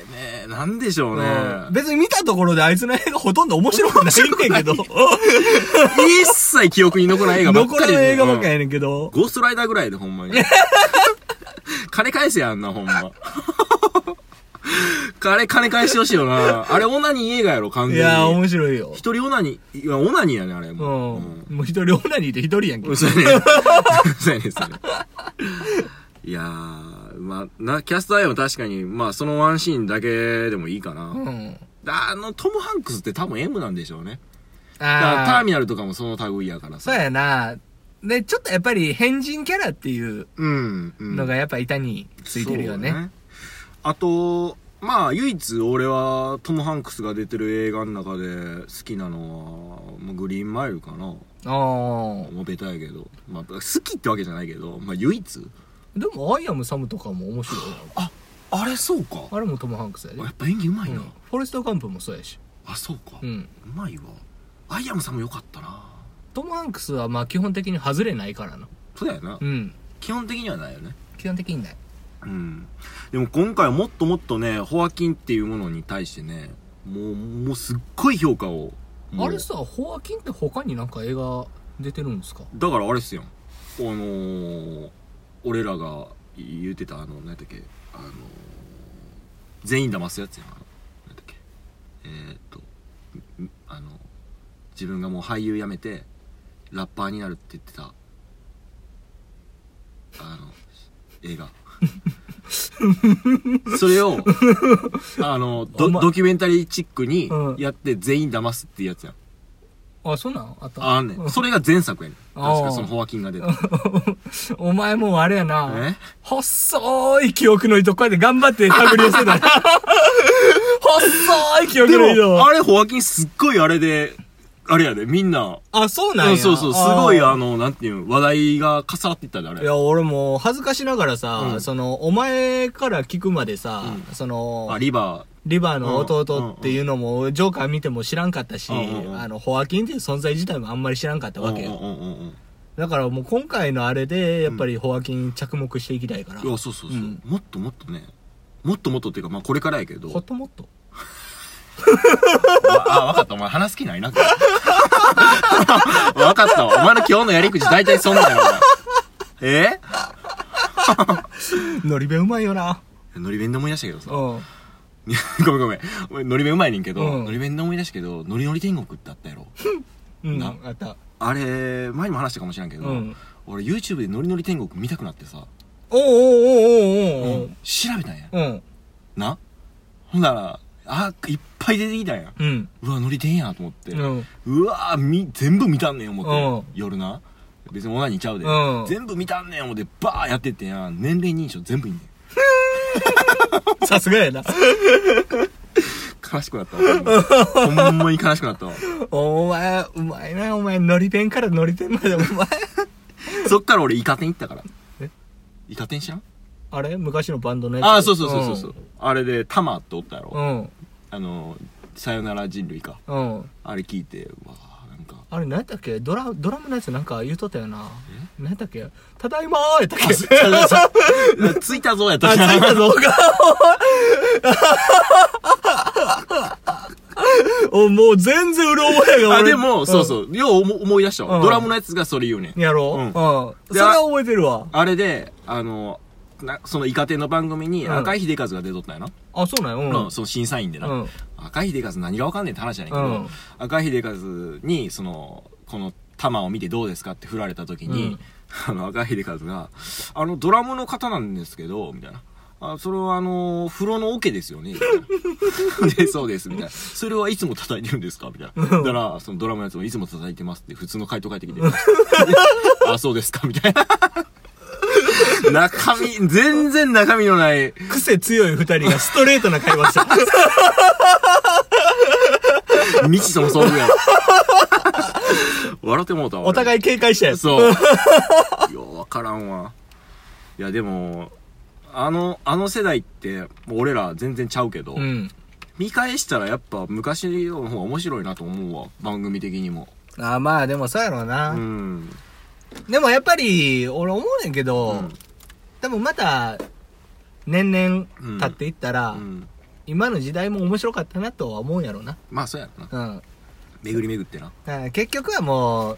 ね、なんでしょうね。
うん別に見たところであいつの映画ほとんど面白くないんねんけど。
一切記憶に残らない映画ばっ
<laughs> 残
か
り
り。
の映画ばっか
うん
やねんけど。
ゴーストライダーぐらいでほ
<laughs>
んまに。金返せやんな、ほんま。あれ金返してほしいよな。あれオナニー映画やろ、完
い
全に。
やー、面白いよ。
一人オナニー、いや、オナニーやね、あれ。
うん。
もううん
もう一人オナニーで一人やんけ。
そうやね。そうやね、そうやね。いやー、まあ、な、キャストアイは確かに、まあ、そのワンシーンだけでもいいかな。
うん。
あの、トム・ハンクスって多分 M なんでしょうね。だからタ
あ
ー
ー、
ミナルとかもその類やから
そう
さ。
やな。で、ちょっとやっぱり変人キャラっていう
うん、うん。
のがやっぱ板についてるよね。
そうあと、まあ、唯一俺はトム・ハンクスが出てる映画の中で好きなのは、もうグリーンマイルかな。
ああ。
もうベタやけど。まあ、好きってわけじゃないけど、まあ、唯一
でも、アイアムサムとかも面白いよ。
あれ、そうか。
あれもトム・ハンクスやで。
やっぱ演技うまいな。
うんフォレスト・ガンプもそうやし。
あ、そうか。
う。
うんまいわ。アイアムさんも良かったな。
トム・ハンクスはまあ基本的に外れないからな。
そうだよな
う。ん。
基本的にはないよね。
基本的にない。
うん。でも今回はもっともっとね、ホアキンっていうものに対してね、もう、もうすっごい評価を。もう
あれさ、ホアキンって他になんか映画出てるんですか
だからあれっすよ。あのー、俺らが言うてた、あの、何やったっけ、あのー、全員騙すやつやな。何やったっけ。えー、っと、んあの、自分がもう俳優辞めて、ラッパーになるって言ってた、あの、映
<laughs>
画。それを、あの、
お
ド
前
ドキュメンタリーチックに
うん
やって全員騙すっていうやつやん。
あ、そんなんあった
あんねん。それが前作やねん。
あー
確かそのホアキンが出た。
<laughs> お前もうあれや
え
な。細い記憶の糸、こうやって頑張って手繰り寄せ
<laughs>
たな。細い記憶
で
の糸。
も、あれ、ホアキンすっごいあれで、あれやで、みんな。
あ、そうなん
う
や。
ん、そうそう、すごい、
あ
あ
ー
の、なんていうの、話題が重なっていったで、あれ。
いや、俺もう恥ずかしながらさ、
うん
その、お前から聞くまでさ、その、
あ、リバ
リバーの弟っていうのも、ジョーカー見ても知らんかったし、
うんうんうん
あの、ホアキンっていう存在自体もあんまり知らんかった
ー。
わけよ。
うんうんうんうん
だからもう今回のあれで、やっぱりホアキン着目していきたいから。
いや、そうそうそう、
うん
もっともっとね、もっともっとっていうか、まあ、これからやけど。
ほっともっと。
あ、あわかった、お前話す気ないな。 <laughs> わかったわお前の今日のやり口大体そん
<laughs>
なんやろ、お前え
のり弁うまいよな。
ノリ弁で思い出したけどさ。
うん。
いやごめんごめん。俺ノリ弁うまいねんけど、
うん
ノリ弁で思い出したけど、ノリノリ天国ってあったやろ。
うん。
な
あった。
あれ、前にも話したかもしれんけど、
うん
俺 YouTube でノリノリ天国見たくなってさ、
おうおうおうおうおう
調べたんや。
おう。うん。
なほんなら、あ、いっぱい出てきたんや。
うん。
うわ、ノリ天やと思って。
う。
うんわみ、全部見たんねん思って。
う
夜な。別にオナニーちゃうで。
うん
全部見たんねん思って、バーやってってんや。年齢認証全部いんねん。
さすがやな。
悲しくなったわ。ほんまほんまに悲しくなったわ。
お前、うまいな、お前。のり弁からのり弁まで、お前。
そっから俺イカ天行ったから。
え
イカ天知らん
あれ昔のバンドのやつ。
あ、そうそうそうそうそう。あれで、タマっておったやろ。
うん。
あの、さよなら人類か。
うん。うん。
あれ聞いて、うわあなんか。 <laughs>
あれ、何やったっけドラ、ドラムのやつなんか言うとったよな。何やったっけただいまーやったっけ
ついたぞやっ
あ、
た
つ <laughs>
じゃん
いたぞ、おもう全然うろ覚えが俺
あ、でも、そうそう。よう思思い出したわ
うん
ドラムのやつがそれ言うねん。
やろう、
うん
うん、それは覚えてるわ。
あれで、あの、なそのイカ天の番組に
うん
赤井秀和が出とったんやな。
あ、そうなんや。うん。
うん、その審査員でな。
うん
赤井秀和何がわかんねえって話じゃないけ
う
ど
ん、
赤井秀和に、その、この玉を見てどうですかって振られた時
う
に
ん、
あの、赤井秀和が、あの、ドラムの方なんですけど、みたいな。あ、それはあの、風呂の桶ですよね、みたい
<laughs>
なで、そうです、みたいな。それはいつも叩いてるんですかみたいな。だから、そのドラムのやつもいつも叩いてますって、普通の回答返ってき
<laughs>
て。あ、そうですかみたいな。中身、全然中身のない。
癖強い二人がストレートな会話した。
未知とも遭遇やろ。笑ってもうたわ。
お互い警戒したやつ。
そう。よう分からんわいやでもあのあの世代ってもう俺ら全然ちゃうけど、
うん。
見返したらやっぱ昔の方が面白いなと思うわ番組的にも
あーまあ、でもそうやろうな。
うん
でもやっぱり、俺思うねんけど、
うん
多分また、年々経っていったら、
うん
今の時代も面白かったなとは思うんやろうな。
まあそうやろな
うん。
巡り巡ってな
だから結局はもう、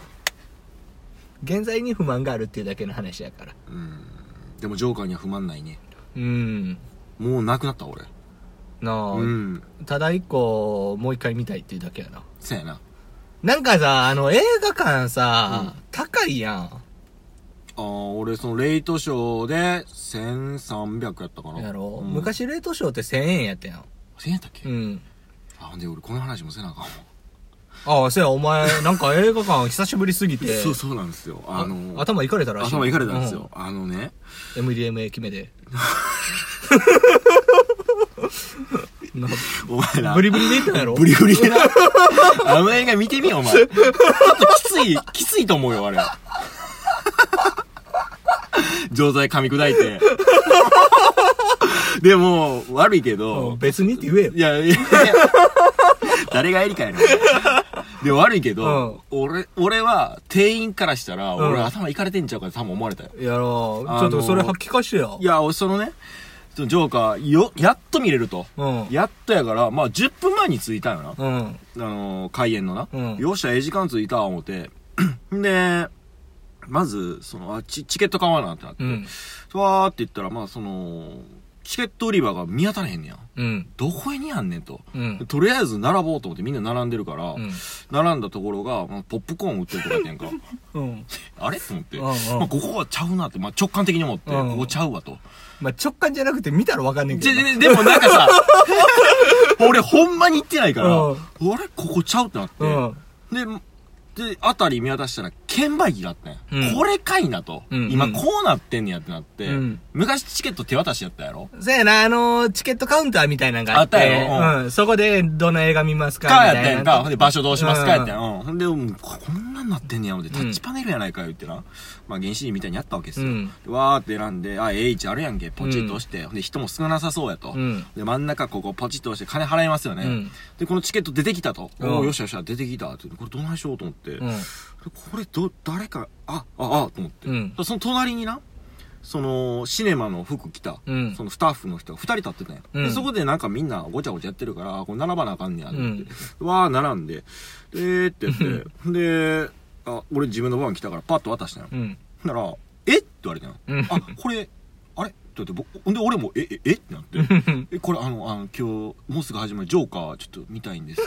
現在に不満があるっていうだけの話やから。
うんでもジョーカーには不満ないね
うん。
もうなくなった俺
なあ、
うん
ただ一個、もう一回見たいっていうだけやな。
そうやな
なんかさ、あの映画館さ、高いやん。
あー俺そのレイトショーで1300やったかな
やろ、
うん
昔レートショーって1000円やったやん。
1000円やったっけ、
うん。
あほんで俺この話もせなあかんわ
ああ、せや、お前、なんか映画館久しぶりすぎて。
<laughs> そうそうなんですよあ
あ
の
頭いかれたらしい。
頭いかれたんですよ、あのね
うん。MDMA 決めで。な
お前ら
<laughs> ブリブリでいったんやろ
ブリブリでなあの映画見てみよお前ちょっときついきついと思うよあれ錠剤噛み砕いてでも悪いけど、
うん別にって言えよ
い。や、いや、誰がエリカやねん。で、悪いけど、俺、俺は、店員からしたら、
ん
俺頭いかれてんちゃうかって多分思われたよ。
やろう
あのー
ちょっとそれは聞かしてよ。
いや、俺そのね、そのジョーカー、よ、やっと見れると。
うん。
やっとやから、まあ、10分前に着いたよな。あ
うん。
のー、開演のな。
うん
よっしゃ、ええ時間着いたわ、思って。 <clears throat> んで、まず、その、あ、チ、チケット買わなってなって。
うん。
わーって言ったら、まあ、その、チケット売り場が見当たらへんねや。
うん。
どこにあんねんと。
うん。
とりあえず並ぼうと思ってみんな並んでるから、
うん。
並んだところが、まあポップコーン売ってるとかやってん
<laughs>
か。
うん。
あれと思って、
うん
まあ、ここはちゃうなって、まあ、直感的に思って、
うん
ここちゃうわと。
まあ、直感じゃなくて見たらわかんねんけ
で、
どな。
ででもなんか
<laughs>
さ、俺ほんまに行ってないから、
うん
あれここちゃうってなって、
うん。
で、で、あたり見渡したら、券売機だったんや、
うん
これかいなと、
うん
今こうなってんねやってなって、
うん
昔チケット手渡しやったやろ
そやな、あのーチケットカウンターみたいなのがあって。
あったやろ
うん。そこで、どの映画見ますか
かや
み
ったて
いなん
か。ほんで、場所どうしますか
う
や
ん
ってん。うん。ほんで、うんここんなんなってんねや、思って、タ
ん
ッチパネルやないかよってな。まあ、原始人みたいにあったわけですよ
うん。
でわーって選んで、あ、A 位置あるやんけ、ポチッと押して。ほんで、人も少なさそうやと
うん。
で、真ん中ここポチッと押して金払いますよ
う
ね
ん。
で、このチケット出てきたと。
うん
おーよっしゃよっしゃ、出てきた。ってこれどないしようと思って。
うん。
これど、誰か、あ、あ、あ、と思って。
うん
その隣にな、その、シネマの服着た、
うん
そのスタッフの人が二人立ってたんや、
うん
でそこでなんかみんなごちゃごちゃやってるから、あこれ並ばなあかんねや、って、
うん
わー、並んで、でーってやって、で、あ、俺自分の番来たからパッと渡したんや。
うん。
なら、えって言われてんや
うん
あ、これ、あれって言って、僕、ほんで俺も、え、え、えってなって。え、これあの、あの、今日、もうすぐ始まるジョーカー、ちょっと見たいんです。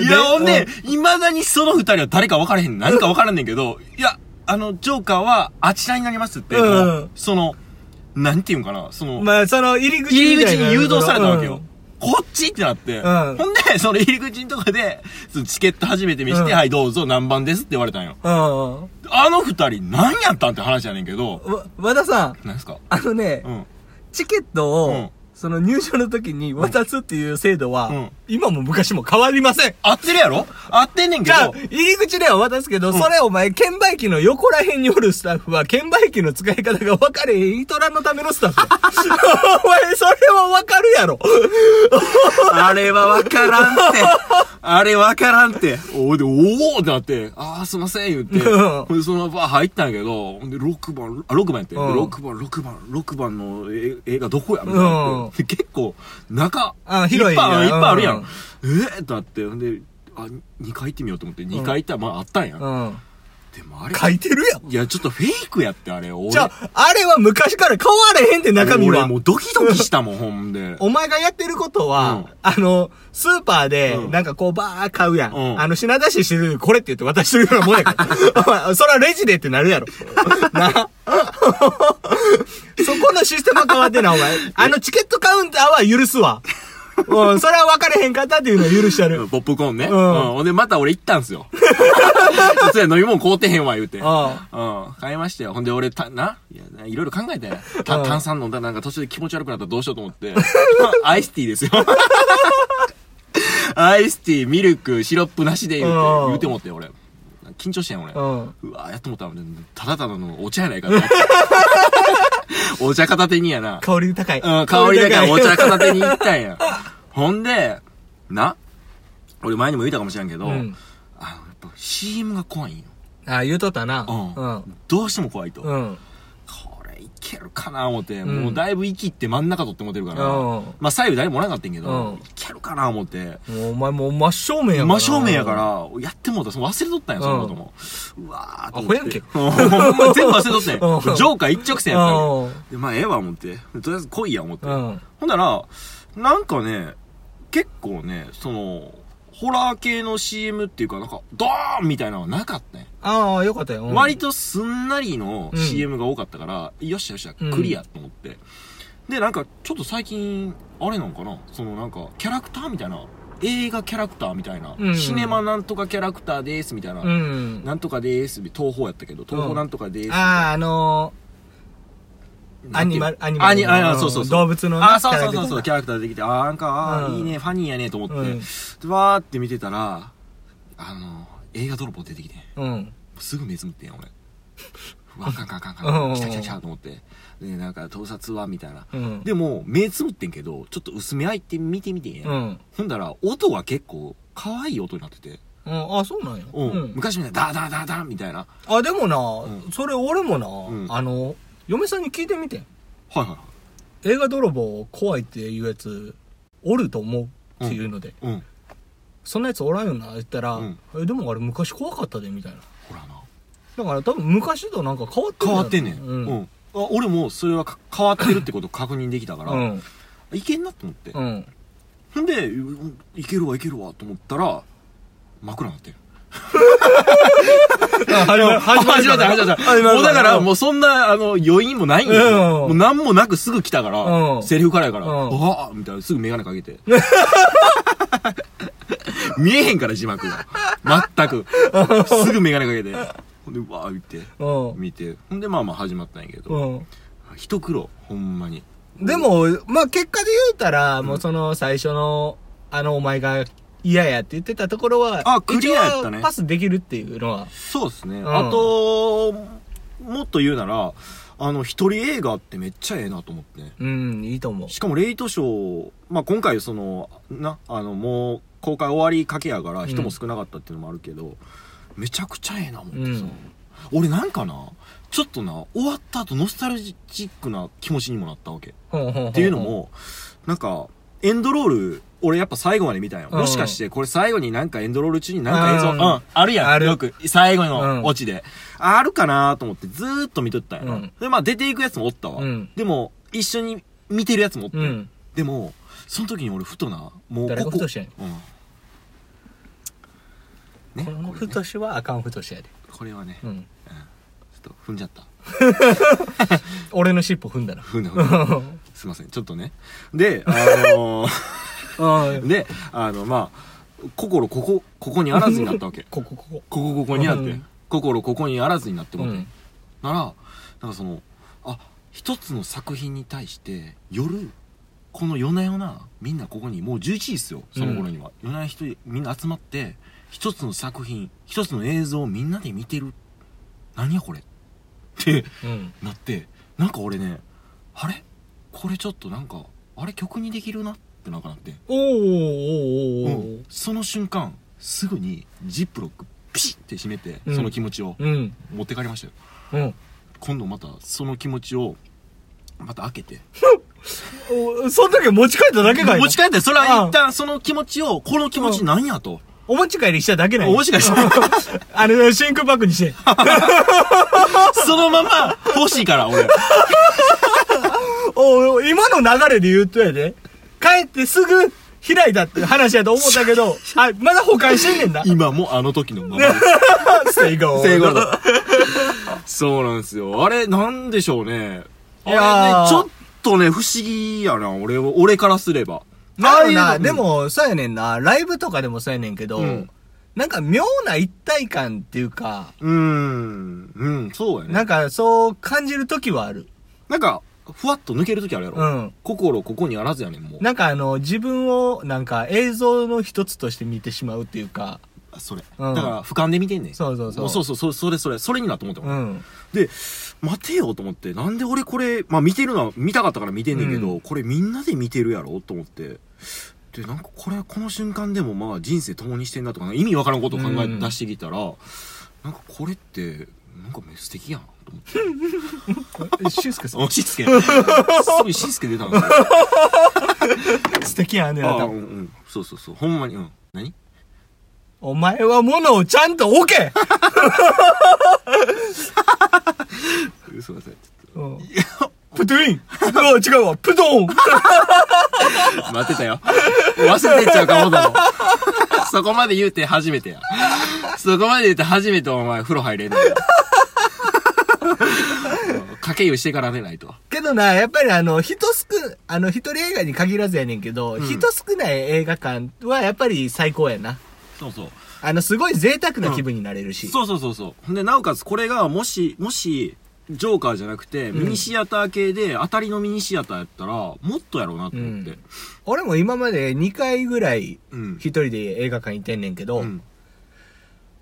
いや、ほんで、、未だにその二人は誰か分からへん。何か分からんねんけど、いや、あの、ジョーカーはあちらになりますって、
うん
その、なんていうんかな、その、
まあ、その、入り口
入
み
り
た
口
いな
に誘導されたわけよ。。こっちってなって、
うん
ほんで、その入り口のとこで、そのチケット初めて見して、
うん
はい、どうぞ、何番ですって言われたんよ。
うん。うん
あの二人、何やったんって話やねんけど、
わ、和田さん、
何すか
あのね、
うん。
チケットを、
うん
その入場の時に渡すっていう制度は、
うん
今も昔も変わりません。
合ってるやろ合ってんねんけ
じゃあ
ど、、
入り口では渡すけど、それお前、券売機の横ら辺におるスタッフは、券売機の使い方が分かれへん、イトラのためのスタッフや。
<laughs>
お前、それは分かるやろ。
あれはわからんって。あれわからんって。おで、おおってなって、ああ、すいません、言って。
うん
ほんで、そのまま入ったんやけど、ほんで、6番、あ、6番やって。で
うん
6番、6番、6番のえ映画どこやみたいになって。で結構、中、
あ広い
っぱ
な
あいっぱいあるや
うん
ん。ええってなって、ほんで、あ、2回行ってみようと思って、2回行ったら、まあ、あったんや。
うん。
でもあれ、
書いてるやん。
いや、ちょっとフェイクやって、あれ。俺
じゃあ、あれは昔から変われへんって中身
俺
は。
もうドキドキしたもん、ほんで。
お前がやってることは、
うん
あの、スーパーで
う、ん
なんかこうバー買うやん。
うん
あの、品出ししてる、これって言って渡してるようなもん
<laughs>
やから。お前そらレジでってなるやろ。な。そこのシステムは変わってない、お前。あの、チケットカウンターは許すわ。うん、それは分かれへんかったっていうのは許してや
う
る
ん。ポップコーンね。うんん。ほんで、また俺行ったんすよ。 <laughs> そや、飲み物買うてへんわ、言うて。
あ
うん。買いましたよ。ほんで、俺、た、な、いや、ないろいろ考えたよ。た
うん
炭酸飲んだら <laughs> なんか途中で気持ち悪くなったらどうしようと思って。アイスティーですよ。 <laughs> アイスティー、ミルク、シロップなしで言うて、
うん
言うてもって、俺。緊張してん、俺。
う。
うんわーやっと思ったら、ただただのお茶やない
<laughs>
かと思って。お茶片手にやな。
香り高い。
うん、香りだからお
香り
茶片手に行ったんや。ほんで、な、俺前にも言ったかもしれんけど、
高いうん。
あの、やっぱ CM が怖いんよ。
あ、言うとったな。
うん。どうしても怖いと。
うん。うん。
これいけるかな思って、
ん
もうだいぶ息って真ん中取って持てるから、
うん
まあ左右誰もおらなかったんやけど、
うん
いけるかな思って、
もうお前もう真正面やからな。
真正面やから、やってもうたその忘れとったんや、そのことも。うわーと思って。
ア
<laughs> ほんま全部忘れとったんや。
うん
ジョーカー一直線やったんや
うん。
で、まあええわ思って、とりあえず来いや思って。
うん。
ほんなら、なんかね、結構ね、その、ホラー系の CM っていうか、なんか、ドーンみたいなのはなかったね。
ああ、よかったよ。うん
割とすんなりの
うん
CM が多かったから、よっしゃよっしゃ、
うん
クリアと思って。で、なんか、ちょっと最近、あれなんかなそのなんか、キャラクターみたいな、映画キャラクターみたいな、
うん
シネマなんとかキャラクターでーすみたいな、
うん。
なんとかでーす、東宝やったけど、東宝なんとかでーす。
ああ、あのー、ア
なんてい
ニ
う
マル、アニマル。
アニあそうそうそう。
動物のね
あ、そうそうそうそう、
キ
キ
ャ
ャラクター出てきて、あー、なんか、あ
うん
ーいいね、ファニーやね、と思って、
うん
でわーって見てたら、あの、映画泥棒出てきて、
ラでうん。
すぐ目つむってんや、
<laughs>
俺。うわ、あかんあかんあかんあか
うん
ん、来た来た来たと思って。で、なんか、盗撮は、みたいな。
うん。
でも、目つむってんけど、ちょっと薄め開いて見てみてんや。
うん。
ほんだら、音は結構、可愛い音になってて。
うん。あ、そうなんや。
う。
うんん。
昔みたいな、ダーダーダーダーみたいな。は
あ、でも
う
な、それ俺も
うん
な、あの、嫁さんに聞いてみてん。
いはいは
映画泥棒怖いっていうやつ、おると思うっていうので。
い。うん。
そんなやつおらんよな、言ったら
うん、
え、でもあれ昔怖かったで、みたいな。
ほらな。
だから多分昔となんか変わってん
変
だよ
わってんねん。
う
うん
ん。。
あ俺も、それはか変わってるってこと確認できたか
う
ら、
ん。
いけんなと思って <laughs>
う。ん。
ほんで、うんいけるわ、いけるわ、と思ったら、枕になってる。
始まる
始まった、始まった。もうだから、もうそんな、あの、余韻もないん
うん
よ。もう何もなくすぐ来たか
う
ら、
ん
セリフからやから、
うん
ああみたいな、すぐメガネかけ
<laughs>
て。見えへんから、字幕が。全く。すぐメガネかけて。ほんで、わー見て、
う
見て。ほんで、まあまあ始まったんやけど。
ん。うん。
一苦労、ほんまに。
でも、まあ結果で言うたら、もうその最初の、あのお前が嫌やって言ってたところは、
あクリアやったね
一応パスできるっていうのは。
そうですね。
ん
あと、もっと言うなら、あの、一人映画ってめっちゃええなと思って。
うん、いいと思う。
しかもレイトショー、まあ、今回そのなあのもう公開終わりかけやから
ん
人も少なかったっていうのもあるけど、めちゃくちゃええな思ってさ、俺なんかなちょっとな終わった後ノスタルジックな気持ちにもなったわけっ
ほんほんほんほん
ていうの、もなんかエンドロール俺やっぱ最後まで見たんよ、
うん
もしかしてこれ最後になんかエンドロール中になんか映像、
う
うんんあるやん
ある
よく最後の
うん
オチで、あるかなと思ってずーっと見とったんやな、
うん
でまあ出ていくやつもおったわ、
うん
でも一緒に見てるやつもおった
う
よ
ん。
でも、その時に俺ふとな、もう
誰が
ここ
ふとしやね
うん。ね、
この
これ
ふとしはあかんふとしやで。
これはね、ち
う
ょっ
ん。
と踏んじゃった。
俺の尻尾踏んだ
<laughs>
な。
踏んだ踏
<laughs>
んだ。すいません、ちょっとね。で、あの
う
ー、
ん。
で、あの、まあ、心ここ、ここにあらずになったわ
<laughs>
け。こ
ここ、ここ。
こここにあっ
う
て
ん、
心ここにあらずになって
う
もって。
ん。
なら、なんかその、あ、一つの作品に対して、夜、この夜な夜な、みんなここに、もう11時ですよ、その頃には。夜な夜な一人、みんな集まって、一つの作品、一つの映像をみんなで見てる。何やこれって
うん。
なって、なんか俺ね、あれこれちょっとなんか、あれ曲にできるなってなんかなって。
おーおー
う
おーおー
ん。その瞬間、すぐにジップロック、ピシッって閉めて、
うん
その気持ちを
うん。
持って帰りましたよ。
うん。
今度またその気持ちをまた開けて
おそんだけ持ち帰っただけかいな
持ち帰ってそれは一旦その気持ちをこの気持ちなんやと
お持ち帰りしただけない
もしかして
<laughs> あれ、真空パックにして。
そのまま欲しいから
<laughs>
俺
おう今の流れで言うとやで。帰ってすぐ開いたって話やと思ったけ
<laughs>
ど、あ、まだ保管してんねんな。
今もあの時のまま
正解。
正解だ <laughs> そうなんですよあれなんでしょうねあれね
やー
ちょっとね不思議やな俺を俺からすれば
なる
ああい
な、
うの
でも、そうやねんな。ライブとかでもそうやねんけど、
うん
なんか妙な一体感っていうか、
うーんうんそうやね
なんかそう感じる時はある。
なんか、ふわっと抜けるときあるやろ。
うん
心ここにあらずやねん、もう。
なんかあの、自分をなんか映像の一つとして見てしまうっていうか、
それ。
うん
だから、俯瞰で見てんねん。
そうそうそう
もそうそう、そそれそれ、それになって思ったもん
うん。
で、待てよと思って、なんで俺これ、まあ見てるのは見たかったから見てんねんけど、
う
これみんなで見てるやろと思って。で、なんかこれ、この瞬間でもまあ人生共にしてんなとか、意味わからんことを考え
うん
出してきたら、なんかこれって、なんか素敵やんと思って。
え俊介さん、
あ、しつ
<laughs>
け。すごいしつけ出たんですよ。
素敵やね、あ
あ
な
あ
た
うんうん。そうそうそう。ほんまに、うん。何
お前は物をちゃんと置け
すいません。
うんプトゥインうわ違うわ、プトーン
待ってたよ。忘れてっちゃうかもだもん。そこまで言うて初めてや。そこまで言うて初めてお前風呂入れんのよ。掛け湯してから寝ないと。
けどな、やっぱりあの、人少、あの、一人映画に限らずやねんけど、
ん
人少ない映画館はやっぱり最高やな。
そうそう。
あの、すごい贅沢な気分になれるし。
そうそうそうそう。ほんで、なおかつこれがもし、もし、ジョーカーじゃなくて、ミニシアター系で、当たりのミニシアターやったら、もっとやろうなと思って。
俺も今まで2回ぐらい、
うん
一。人で映画館行ってんねんけど、
うん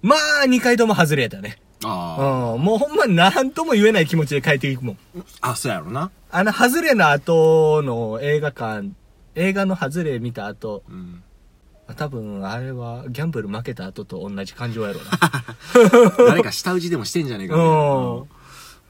まあ、2回とも外れやったね。うん
あ、
もうほんまなんとも言えない気持ちで帰っていくもん。
あ。あ、そうやろな。
あの、外れの後の映画館、映画の外れ見た後、
うん。
多分あれはギャンブル負けた後と同じ感情やろうな。
<laughs> 誰か下打ちでもしてんじゃねえかみたいな
うん
<laughs> うん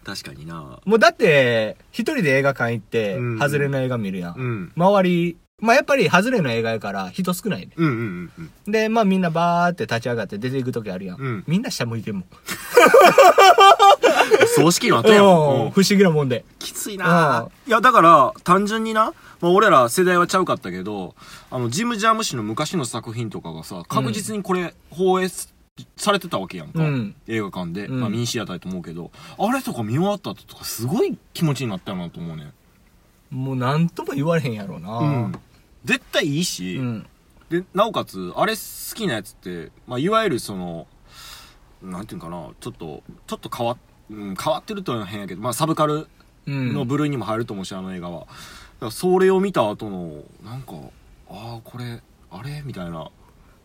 確かにな。
もうだって、一人で映画館行って
うん、
外れの映画見るやん。
うん。
周り、まあやっぱり外れの映画やから人少ないね。
うんうんうんうん。
で、まあみんなバーって立ち上がって出ていく時あるやん。
うん
みんな下向いてんもん。
葬式の後やもん。
うん不思議なもんで。
きついないや、だから、単純にな、まあ、俺ら世代はちゃうかったけど、あの、ジム・ジャーム氏の昔の作品とかがさ、確実にこれ、放映すされてたわけやんか。
うん
映画館で。
うん
まあ、ミニシアターやと思うけど、あれとか見終わった後とか、すごい気持ちになったよなと思うね。
もうなんとも言われへんやろうな。
うん。絶対いいし、
うん。
で、なおかつ、あれ好きなやつって、まあ、いわゆるその、なんていうんかな、ちょっと、ちょっと変わ、うん、変わってるとは変やけど、まあ、サブカル
うん。
の部類にも入ると思うし、あの映画は。だからそれを見た後の、なんか、ああ、これ、あれみたいな。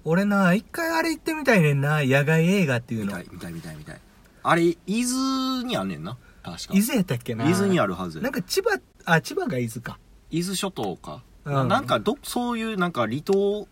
俺な、一回あれ行ってみたいねんな。野外映画っていう
見
の
た。い、見たい、見たい、見たい。あれ、伊豆にあんねんな。確か。
伊豆やったっけな。
伊豆にあ
る。
るはずや
なんか千葉、あ、千葉が伊豆か。
伊豆諸島か。
うん
なんかど、そういう、なんか離島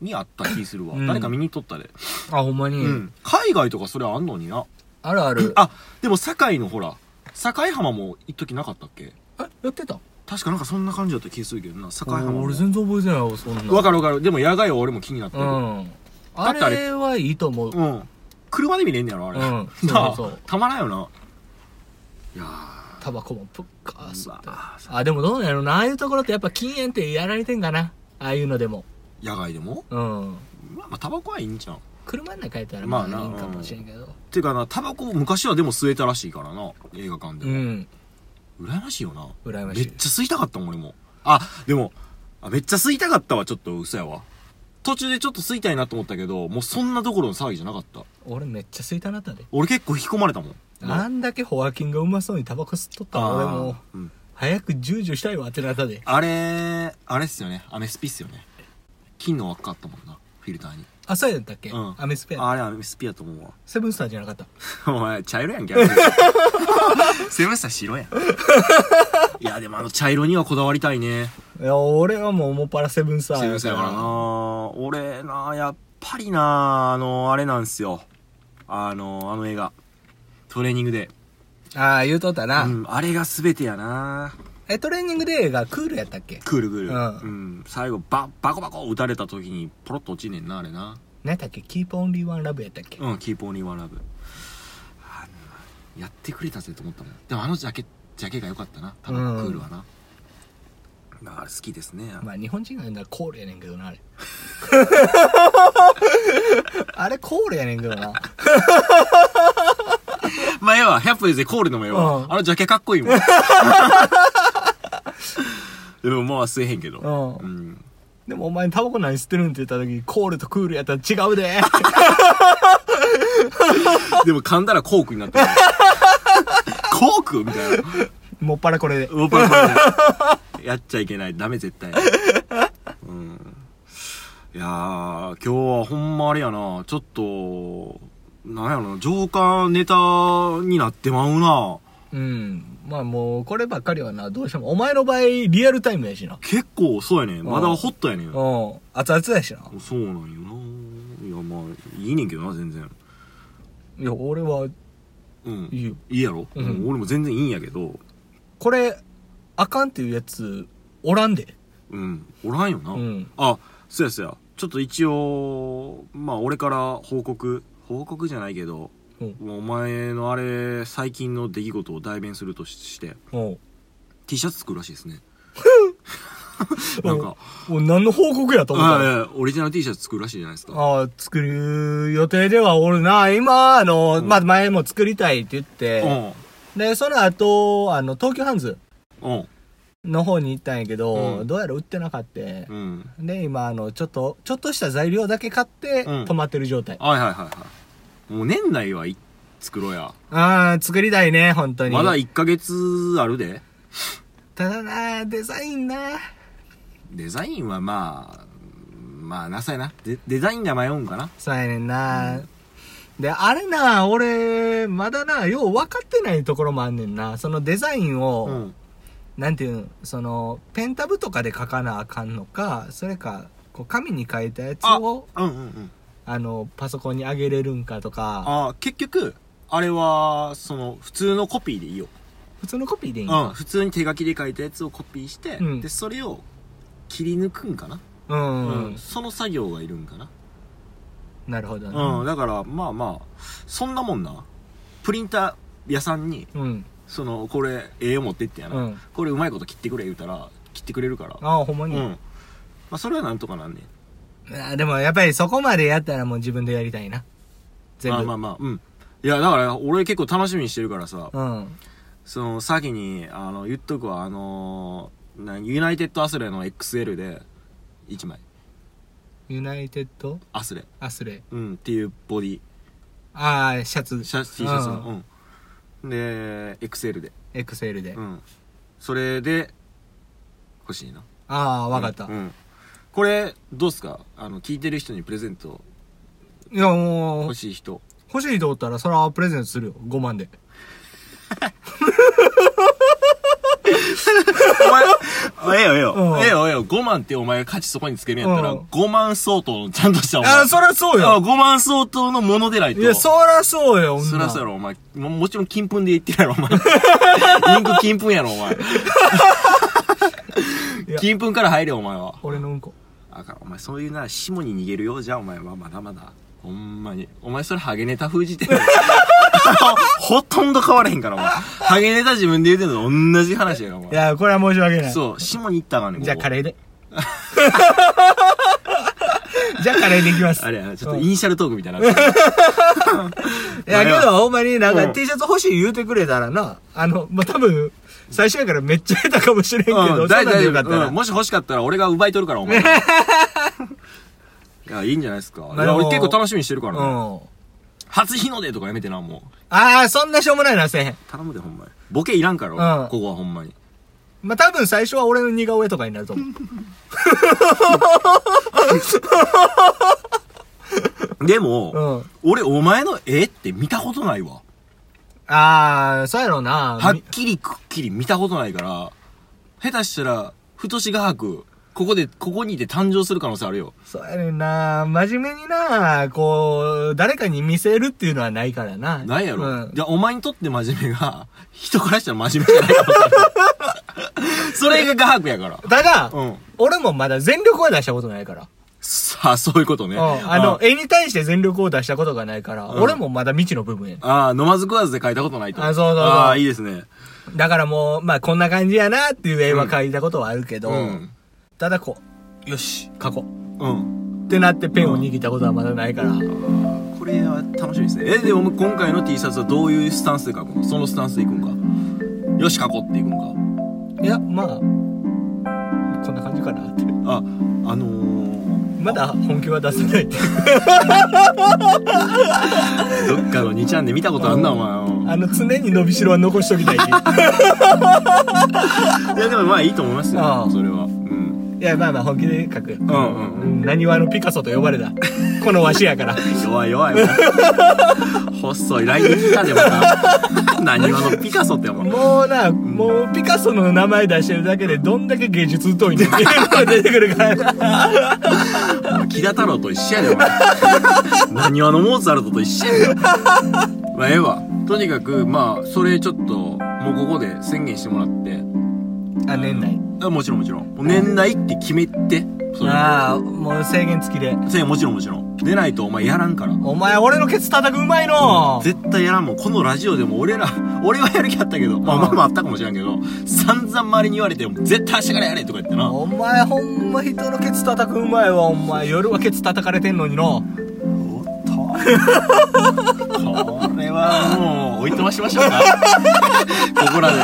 にあった気するわ。
うん
誰か見に行っとったで。
あ、ほんまに。
うん海外とかそれあんのにな。
あるある。
あ、でも堺のほら、堺浜も一時なかったっけ
あ、やってた
確かなんかそんな感じだった気するけどな、堺浜も。
俺全然覚えてないわ、そんな。
わかるわかる。でも野外は俺も気になって
う
る。
ん。
だ
あ
ってあれ
れはいいと思う。
うん。車で見れんねやろ、あれ。 <laughs>
うん
なあ
そうそう
たまらんよな。いや
タバコもプッカー吸って
うわ。
あ、でもどうなんやろな。ああいうところってやっぱ禁煙ってやられてんかな。ああいうのでも。
ー野外でも
うん。
まあまあ、タバコはいいんじゃん。っ
車の中やったら
まあ
まあ
ない
いんかもしれんけど。
ていうかな、タバコ昔はでも吸えたらしいからな、映画館で
う
も。
ん。
羨ましいよな。
羨ま
め
し
っち
い。
ゃ吸いたかったもん、俺も。あ、でも、あめっちゃ吸いたかったはちょっと嘘やわ。途中でちょっと吸いたいなと思ったけど、もうそんなところの騒ぎじゃなかった。
俺めっちゃ吸いたなったで。
俺結構引き込まれたもん。
あんだけホワキンがうまそうにタバコ吸っとったら俺も、
あーうん
早くジュージューしたいわってなったで。
あれ、あれっすよね。アメスピっすよね。金の輪っかあったもんな、フィルターに。
あ、そうやったっけ、
うん
アメスペア。
あれアメスピやと思うわ。
セブンスターじゃなかった。
<laughs> お前、茶色やん <laughs> け。あれセブンスター白
<laughs>
やん。いや、でもあの茶色にはこだわりたいね。
いや、俺はもうもっぱらセブンスター
セブンスターやからな。俺な、やっぱりな、あの、あれなんすよ。あの、あの映画。トレーニングで。
ああ、言うとった
う
な、
ん、あれが全てやな。
え、トレーニングデーがクールやったっけ
クールクール。
うん
うん。最後、バ、バコバコ撃たれた時に、ポロッと落ちんねんな、あれな。
何やったっけキープオンリーワンラブやったっけ、
うん、キープオンリーワンラブ。あんなやってくれたぜと思ったもん。でもあのジャケ、ジャケが良かったな。多分、
うん
クールはな。だから好きですね。
まあ日本人が言うんだらコールやねんけ
<laughs>
どな、あれ。あれコールやねんけどな。
まあ、ええわ。100歩譲ってコールでもええわ。
うん
あのジャケかっこい
<laughs>
いもん。でも、まあ、吸えへんけど。
うん
ん
でもお前タバコ何吸ってるんって言った時にコールとクールやったら違
<laughs>
うで
でも、噛んだらコークになってる。コークみたいな。
もっぱらこれで。
ウォーパーこれやっちゃいけない。ダメ、絶対。うん。いやー、今日はほんまあれやな。ちょっと、なんやろな、浄化ネタになってまうな。
うん。まあもう、こればっかりはな、どうしても。お前の場合、リアルタイムやしな。
結構そうやね。まだホットやね
うん。熱々やしな。
そうなんよな。いや、まあ、いいねんけどな、全然。
いや、俺は、
うん。
いいよ。
いいやろ、
うん
うん俺も全然いいんやけど、
これ、あかんっていうやつ、おらんで。
うん。おらんよな。
うん。
あ、そうやそうや。ちょっと一応、まあ俺から報告、報告じゃないけど、
うん
もうお前のあれ、最近の出来事を代弁するとしして、
おう
T シャツ作るらしいですね。なんか、
おう何の報告やと思っ
あ
た
いや
の
いやオリジナル T シャツ作るらしいじゃないですか。
ああ、作る予定ではおるな。今、あの、
ん
まあ、前も作りたいって言っ
う
て、
ん。
で、その後、あの、東急ハンズ
うん。
の方に行ったんやけど、
うん
どうやら売ってなかって、
うん。
で、今、あの、ちょっと、ちょっとした材料だけ買って、
うん
止まってる状態。
はいはいはいはい。もう年内はい作ろうや。
ああ、作りたいね、本当に。
まだ1ヶ月あるで。
ただな、デザインな。
デザインはまあ、まあなさいな。デデザインが迷うんかな。
そうやねんな。で、あれな、俺、まだな、よう分かってないところもあんねんな。そのデザインを、
うん。
なんていうん、その、ペンタブとかで書かなあかんのか、それか、こう、紙に書いたやつを、
うんうんうん。
あの、パソコンにあげれるんかとか、
ああ、結局、あれは、その、普通のコピーでいいよ。
普通のコピーでいいん
うん。
か。
普通に手書きで書いたやつをコピーして、
うん
で、それを切り抜くんかな、
うん。
その作業がいるんかな、
なるほど
うん、
な。
だから、まあまあ、そんなもんな。プリンター屋さんに、
うん。
その、これ、絵を持ってってやな。
うん
これうまいこと切ってくれ言うたら、切ってくれるから。
ああ、ほんま
うん。
に。
まあ、それはなんとかなんねん。
あでも、やっぱりそこまでやったらもう自分でやりたいな。全
まあ
部。
まあまあ、うん。いや、だから、俺結構楽しみにしてるからさ、
うん。
その、先に、あの、言っとくわ、あのーなユナイテッドアスレの XL で、1枚。
ユナイテッド
アスレ。
アスレ。
うん、っていうボディ。
ああ、シャツ。
シャツ、T シャツの。うん。で、XL で。
XL で。
うん。それで、欲しいな。
ああ、わかった。
うん。うんこれ、どうっすかあの、聞いてる人にプレゼント
いや、もう
欲、しい人。
欲しいと思ったら、それはプレゼントするよ。5万で。
<laughs> お前、ええよええよ
う。ん
ええよええよ。5万ってお前価値そこにつけるんやったら、
うん
5万相当のちゃんとしたお前。
ああ、そらそうよ。
5万相当のものでないと。
いや、そらそうよ、女
そらそうやろ、お前。ももちろん金粉で言ってるや <laughs> ろ、お前。インク金粉やろ、お前
いや。
金粉から入れよ、お前は。
俺のうんこ。
あかん、お前、そういうな、下に逃げるよ、じゃあ、お前は。まだまだ。ほんまに。お前、それ、ハゲネタ封じて
<laughs>
る。ほとんど変われへんから、お前。ハゲネタ自分で言うてんのと同じ話やから、お
い
前。
や、これは申し訳ない。
そう、下に行ったらあかんねん
じゃあ
ここ
カレ
<laughs>
ーで。じゃあカレーでいきます。
あれやな、ちょっと
うん
イニシャルトークみた
<laughs>
いな。う
いや、けど、ほんまになん
う
か
ん
T シャツ欲しい言うてくれたらな、あの、まあ、多分、最初やからめっちゃ下手かもしれんけど、
ん、
そ
大
うなんで
丈
よかった
夫。
ら。
うんもし欲しかったら俺が奪い取るから、お
<laughs>
前。いや、いいんじゃないですか。い
あで
や、
も
俺結構楽しみにしてるから
う
ね。
ん。
初日の出とかやめてな、もう。
ああ、そんなしょうもないな、せえへん。
頼むで、ほんまに。ボケいらんから、
うん
ここはほんまに。
まあ、多分最初は俺の似顔絵とかになると思う。
でも、
うん。
俺、お前の絵って見たことないわ。
ああ、そうやろうな。
はっ
み
きりくっきり見たことないから、下手したら、ふとし画伯、ここで、ここにいて誕生する可能性あるよ。
そうやねんな。真面目にな、こう、誰かに見せるっていうのはないからな。
ないやろ。
うん
じゃあ、お前にとって真面目が、人からしたら真面目じゃないかもしれない。 <laughs> それが画伯やから。
ただ、
うん
俺もまだ全力は出したことないから。
さあ、そういうことね。
うんあの、、絵に対して全力を出したことがないから、
ん
俺もまだ未知の部分やね
ああ、飲まず食わずで書いたことないと。
あそうそうそう
ああ、いいですね。
だからもう、まあこんな感じやなっていう絵は描いたことはあるけど、
うん。
ただこう、よし、描こう。
うん。
ってなってペンを握ったことはまだないから、
これは楽しみですね。え、でも今回の T シャツはどういうスタンスで書くのそのスタンスでいくんか。よし、書こうっていくんか。
いや、まあ、こんな感じかなって。
あ、あのー、
まだ本気は出せないっ
ど
て。
っかの2ちゃんで見たことあんな、お前。
あの、常に伸びしろは残しときたい。
いやでもまあいいと思います
あ
よ
あ
それはうん
いや、まあまあ本気で書く。
うんうんうん
何はあのピカソと呼ばれた。このわしやから。
弱い弱いもう細いライン来たでも <laughs> な何話のピカソってもう
もうな、もうピカソの名前出してるだけでどんだけ芸術疎いんだっていうのが出てくるから。
木田太郎と一緒やでお前 <laughs> 何話のモーツァルトと一緒やでまあええわとにかくまあそれちょっともうここで宣言してもらって
あ、年内。
あもちろんもちろん年内って決めてそれ
ああ、もう制限付きで。
せやもちろんもちろん出ないとお前やらんから
お前俺のケツ叩くうまいの
絶対やらんもんこのラジオでも俺ら <laughs> 俺はやる気あったけどまあ
ああ
まあまああったかもしれんけど散々周りに言われて絶対明日からやれとか言ってな
お前ほんま人のケツ叩くうまいわお前夜はケツ叩かれてんのにの
おっと <laughs> これはもうおいとましましょうかここらで